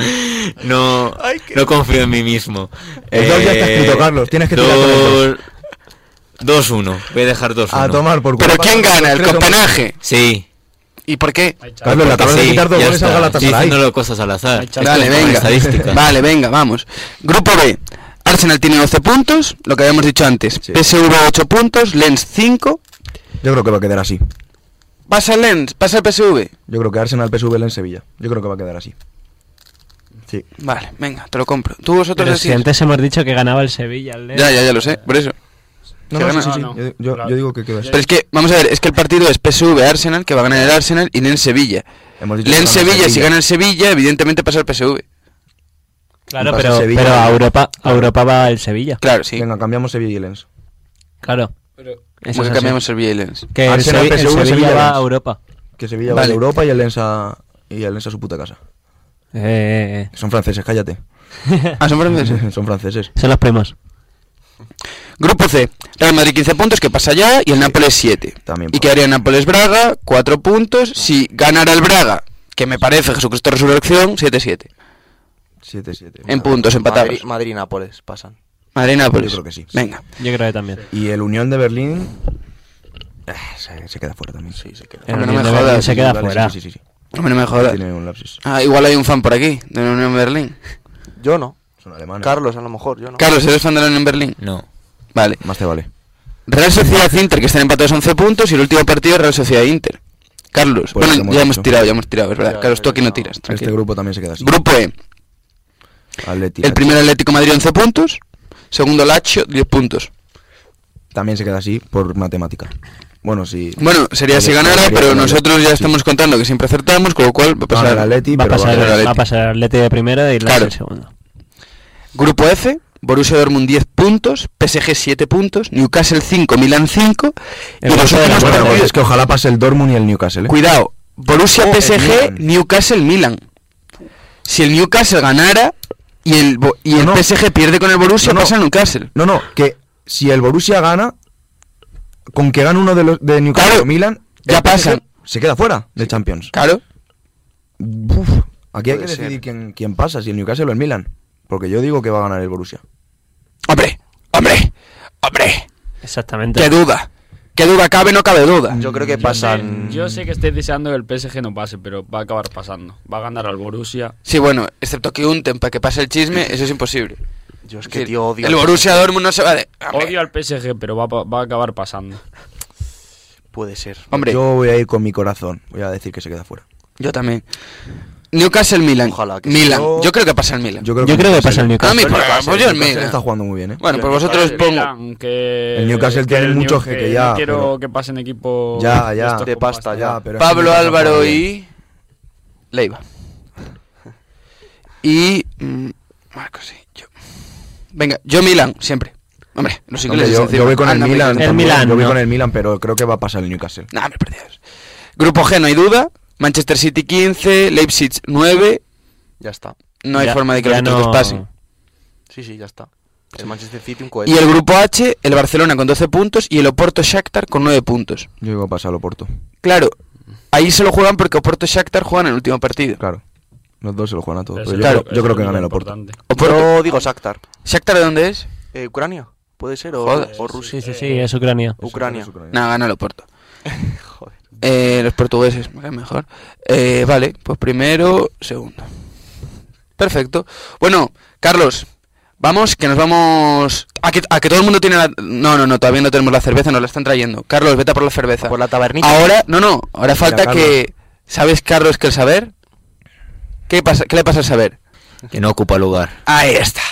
Speaker 5: no, no confío en mí mismo. Eh,
Speaker 3: El dos ya está escrito, Carlos, tienes que tirar con el dos.
Speaker 5: 2-1, voy a dejar 2-1.
Speaker 3: A tomar por
Speaker 1: Pues ¿Pero
Speaker 3: culo.
Speaker 1: quién gana? ¿El
Speaker 3: Tres, hombre.
Speaker 1: Copenhague?
Speaker 5: Sí.
Speaker 1: ¿Y por qué?
Speaker 3: Carlos, le acabas
Speaker 5: porque
Speaker 3: de
Speaker 5: sí,
Speaker 3: quitar dos
Speaker 5: ya
Speaker 3: goles al
Speaker 5: está. Estoy
Speaker 3: Galatasaray.
Speaker 5: diciéndolo cosas al azar. Esto
Speaker 1: Dale,
Speaker 5: es por
Speaker 1: venga.
Speaker 5: Estadística.
Speaker 1: Vale, venga, vamos. Grupo B. Arsenal tiene 12 puntos, lo que habíamos dicho antes.
Speaker 3: Sí.
Speaker 1: PSV 8 puntos, Lens 5.
Speaker 3: Yo creo que va a quedar así.
Speaker 1: Pasa el Lens, pasa el PSV.
Speaker 3: Yo creo que Arsenal PSV en Sevilla. Yo creo que va a quedar así. Sí.
Speaker 1: Vale, venga, te lo compro. Tú vosotros
Speaker 4: Pero
Speaker 1: decís.
Speaker 4: si antes hemos dicho que ganaba el Sevilla, el Lens.
Speaker 1: Ya, ya, ya lo sé, por eso.
Speaker 3: No,
Speaker 1: Que
Speaker 3: no,
Speaker 1: gana. Ah,
Speaker 3: sí, sí, sí.
Speaker 6: No, no.
Speaker 3: Yo, yo-
Speaker 6: Claro.
Speaker 3: yo digo que queda así.
Speaker 1: Pero es que, vamos a ver, es que el partido es PSV-Arsenal, que va a ganar el Arsenal, y Lens-Sevilla.
Speaker 3: Hemos dicho que gana
Speaker 1: Lens-Sevilla, si gana el Sevilla, evidentemente pasa el PSV.
Speaker 4: Claro,
Speaker 3: Pasa
Speaker 4: pero,
Speaker 3: el Sevilla.
Speaker 4: pero a, Europa, a Europa va el Sevilla.
Speaker 1: Claro, sí.
Speaker 3: Venga, cambiamos Sevilla y Lens.
Speaker 4: Claro. Eso
Speaker 1: Como
Speaker 4: es
Speaker 1: que
Speaker 4: así.
Speaker 1: cambiamos Sevilla y Lens.
Speaker 4: Que el,
Speaker 3: Arsenal,
Speaker 4: Sevi-
Speaker 3: PSV,
Speaker 4: el Sevilla
Speaker 3: Sevilla,
Speaker 4: va
Speaker 3: Lens.
Speaker 4: a Europa.
Speaker 3: Que Sevilla va
Speaker 1: Vale.
Speaker 3: a Europa y el Lens a, y el Lens a su puta casa.
Speaker 4: Eh,
Speaker 3: Son franceses, cállate.
Speaker 1: Ah, son franceses.
Speaker 3: *laughs* Son franceses.
Speaker 4: *laughs* son los primos.
Speaker 1: Grupo C. Real Madrid 15 puntos, que pasa ya, y el Nápoles 7.
Speaker 3: También
Speaker 1: Y
Speaker 3: pasa.
Speaker 1: quedaría Nápoles-Braga, 4 puntos. Si ganara el Braga, que me parece Jesucristo Resurrección, 7-7.
Speaker 3: 7-7.
Speaker 1: En puntos, empatados.
Speaker 2: Madrid, Madrid y Nápoles pasan.
Speaker 1: Madrid-Nápoles.
Speaker 3: Yo creo que sí.
Speaker 1: Venga.
Speaker 4: Yo creo que también.
Speaker 3: Y el Unión de Berlín. eh, se, se queda fuera también.
Speaker 2: Sí, se queda.
Speaker 1: Eh,
Speaker 4: El
Speaker 1: no me
Speaker 4: Unión de
Speaker 1: jodas,
Speaker 4: Berlín se queda
Speaker 3: Vale, sí,
Speaker 4: fuera.
Speaker 3: Sí, sí, sí.
Speaker 1: Hombre, No me jodas.
Speaker 3: Tiene un lapsus.
Speaker 1: Ah, igual hay un fan por aquí, de la Unión Berlín.
Speaker 2: Yo no.
Speaker 3: Son alemanes.
Speaker 2: Carlos, a lo mejor, yo no.
Speaker 1: Carlos, ¿eres fan de la Unión Berlín?
Speaker 5: No.
Speaker 1: Vale.
Speaker 3: Más te vale.
Speaker 1: Real Sociedad Inter, que están empatados 11 puntos, y el último partido es Real Sociedad Inter. Carlos,
Speaker 3: Pues
Speaker 1: bueno,
Speaker 3: lo hemos
Speaker 1: ya hemos
Speaker 3: dicho.
Speaker 1: tirado, ya hemos tirado, es verdad.
Speaker 2: Ya,
Speaker 1: Carlos, tú
Speaker 2: pero
Speaker 1: aquí no
Speaker 2: no.
Speaker 1: tiras,
Speaker 3: Este
Speaker 1: tranquilo.
Speaker 3: grupo también se queda así.
Speaker 1: Grupo E.
Speaker 3: Atleti,
Speaker 1: El primer Atlético Madrid 11 puntos, segundo Lazio 10 puntos.
Speaker 3: También se queda así por matemática. Bueno, sí.
Speaker 1: Bueno, sería si
Speaker 3: Atleti,
Speaker 1: ganara,
Speaker 3: Madrid,
Speaker 1: pero
Speaker 3: Atleti.
Speaker 1: nosotros ya
Speaker 3: Sí.
Speaker 1: estamos contando que siempre acertamos, con lo cual va a
Speaker 3: Gana
Speaker 1: pasar.
Speaker 3: el Atleti,
Speaker 4: va, a
Speaker 3: pero va a
Speaker 4: pasar,
Speaker 1: ganar el
Speaker 4: va a
Speaker 1: Atleti.
Speaker 4: pasar el Atleti de primera y
Speaker 1: Claro.
Speaker 4: el segundo.
Speaker 1: Grupo F, Borussia Dortmund 10 puntos, PSG 7 puntos, Newcastle 5, Milan 5 y
Speaker 4: El
Speaker 1: los
Speaker 4: Barça de
Speaker 1: otros
Speaker 4: la
Speaker 3: Bueno,
Speaker 4: Madrid.
Speaker 3: pues
Speaker 1: partidos-
Speaker 3: es que ojalá pase el Dortmund y el Newcastle. ¿eh?
Speaker 1: Cuidado, Borussia
Speaker 3: Oh, el
Speaker 1: PSG,
Speaker 3: Milan.
Speaker 1: Newcastle Milan. Si el Newcastle ganara y el Bo- y el
Speaker 3: No, no.
Speaker 1: PSG pierde con el Borussia,
Speaker 3: No, no.
Speaker 1: pasa el Newcastle.
Speaker 3: No, no, que si el Borussia gana, con que gane uno de los de Newcastle
Speaker 1: Claro,
Speaker 3: o Milan,
Speaker 1: ya
Speaker 3: el PSG
Speaker 1: pasan.
Speaker 3: Se queda fuera de Champions.
Speaker 1: Claro.
Speaker 3: Uf, aquí hay que
Speaker 2: Puede ser.
Speaker 3: decidir quién, quién pasa, si el Newcastle o el Milan. Porque yo digo que va a ganar el Borussia.
Speaker 1: Hombre, hombre, hombre.
Speaker 4: Exactamente.
Speaker 1: Qué duda. Qué duda cabe, no cabe duda.
Speaker 2: Yo creo que
Speaker 6: Yo
Speaker 2: pasan.
Speaker 6: sé- Yo sé que estáis deseando que el PSG no pase, pero va a acabar pasando. Va a ganar al Borussia.
Speaker 1: Sí, bueno, excepto que unten para que pase el chisme, eso es imposible.
Speaker 2: Yo es
Speaker 1: Sí,
Speaker 2: que, tío, odio.
Speaker 1: el
Speaker 2: al-
Speaker 1: Borussia Dortmund no se va de... Hombre,
Speaker 6: Odio al PSG, pero va, a pa- va a acabar pasando.
Speaker 2: Puede ser.
Speaker 1: hombre, yo,
Speaker 3: Yo voy a ir con mi corazón. Voy a decir que se queda fuera.
Speaker 1: también. Newcastle Milan.
Speaker 2: Ojalá que sí.
Speaker 1: Milan.
Speaker 3: Yo-
Speaker 1: Yo creo que pasa el Milan.
Speaker 3: Yo
Speaker 4: Yo
Speaker 3: creo que,
Speaker 4: creo que pasa
Speaker 1: a
Speaker 4: el
Speaker 1: mí,
Speaker 4: Newcastle.
Speaker 1: pues, pues yo el
Speaker 3: Newcastle
Speaker 1: Milan.
Speaker 3: está jugando muy bien, ¿eh?
Speaker 1: Bueno, pues vosotros pongo...
Speaker 6: Milan, que-
Speaker 3: El Newcastle
Speaker 6: que
Speaker 3: tiene
Speaker 6: el
Speaker 3: mucho
Speaker 6: New-
Speaker 3: jeque ya,
Speaker 6: No quiero
Speaker 3: pero-
Speaker 6: que pasen equipo
Speaker 3: Ya, ya.
Speaker 6: estos
Speaker 2: De
Speaker 6: con
Speaker 2: pasta, ya.
Speaker 3: pero es que
Speaker 1: Pablo
Speaker 3: Newcastle
Speaker 1: Álvaro
Speaker 3: juega bien.
Speaker 1: y... Leiva. Y... mm, Marcos, sí, yo. Venga, yo Milan, siempre. Hombre, los
Speaker 3: Hombre,
Speaker 1: ingleses
Speaker 3: yo,
Speaker 1: encima.
Speaker 3: yo voy con el
Speaker 1: Anda, me
Speaker 3: Milan.
Speaker 1: digas.
Speaker 4: El
Speaker 3: también.
Speaker 4: Milan,
Speaker 3: Yo voy
Speaker 4: ¿no?
Speaker 3: con el Milan, pero creo que va a pasar el Newcastle.
Speaker 1: Nah, me perdías. Grupo G, no hay duda. Manchester City 15, Leipzig 9.
Speaker 2: Ya está.
Speaker 1: No hay
Speaker 4: Ya-
Speaker 1: forma de que
Speaker 4: ya
Speaker 1: los otros
Speaker 4: no-
Speaker 1: dos pasen.
Speaker 2: Sí, sí, ya está. El Manchester City, un cohete.
Speaker 1: Y el grupo H, el Barcelona con 12 puntos y el Oporto Shakhtar con 9 puntos.
Speaker 3: Yo digo que pasa al Oporto.
Speaker 1: Claro, ahí se lo juegan porque Oporto y Shakhtar juegan en el último partido.
Speaker 3: Claro. Los dos se lo juegan a todos.
Speaker 6: Eso
Speaker 3: pero yo,
Speaker 6: es
Speaker 3: creo-
Speaker 6: lo-
Speaker 3: Pues yo
Speaker 6: eso
Speaker 3: creo
Speaker 6: es
Speaker 3: que
Speaker 6: lo
Speaker 3: gana el Oporto.
Speaker 6: importante.
Speaker 1: Oporto,
Speaker 2: Yo digo Shakhtar.
Speaker 1: ¿Shakhtar de dónde es?
Speaker 2: Eh, ¿Ucrania? ¿Puede ser? ¿O,
Speaker 1: Joder.
Speaker 2: o Rusia?
Speaker 4: Sí, sí, sí, es Ucrania.
Speaker 2: Ucrania.
Speaker 1: Nada, gana el Oporto.
Speaker 2: Joder.
Speaker 1: Eh, los portugueses, me caen mejor. Eh, vale, pues primero, segundo. Perfecto. Bueno, Carlos, vamos, que nos vamos... A que, a que todo el mundo tiene la... No, no, no, todavía no tenemos la cerveza, nos la están trayendo. Carlos, vete a por la cerveza.
Speaker 2: Por la tabernita.
Speaker 1: Ahora, no, no, ahora falta
Speaker 3: Carlos.
Speaker 1: que... ¿Sabes, Carlos, que el saber? ¿Qué, pasa, ¿Qué le pasa al saber?
Speaker 2: *laughs*
Speaker 5: Que no ocupa lugar.
Speaker 1: Ahí está.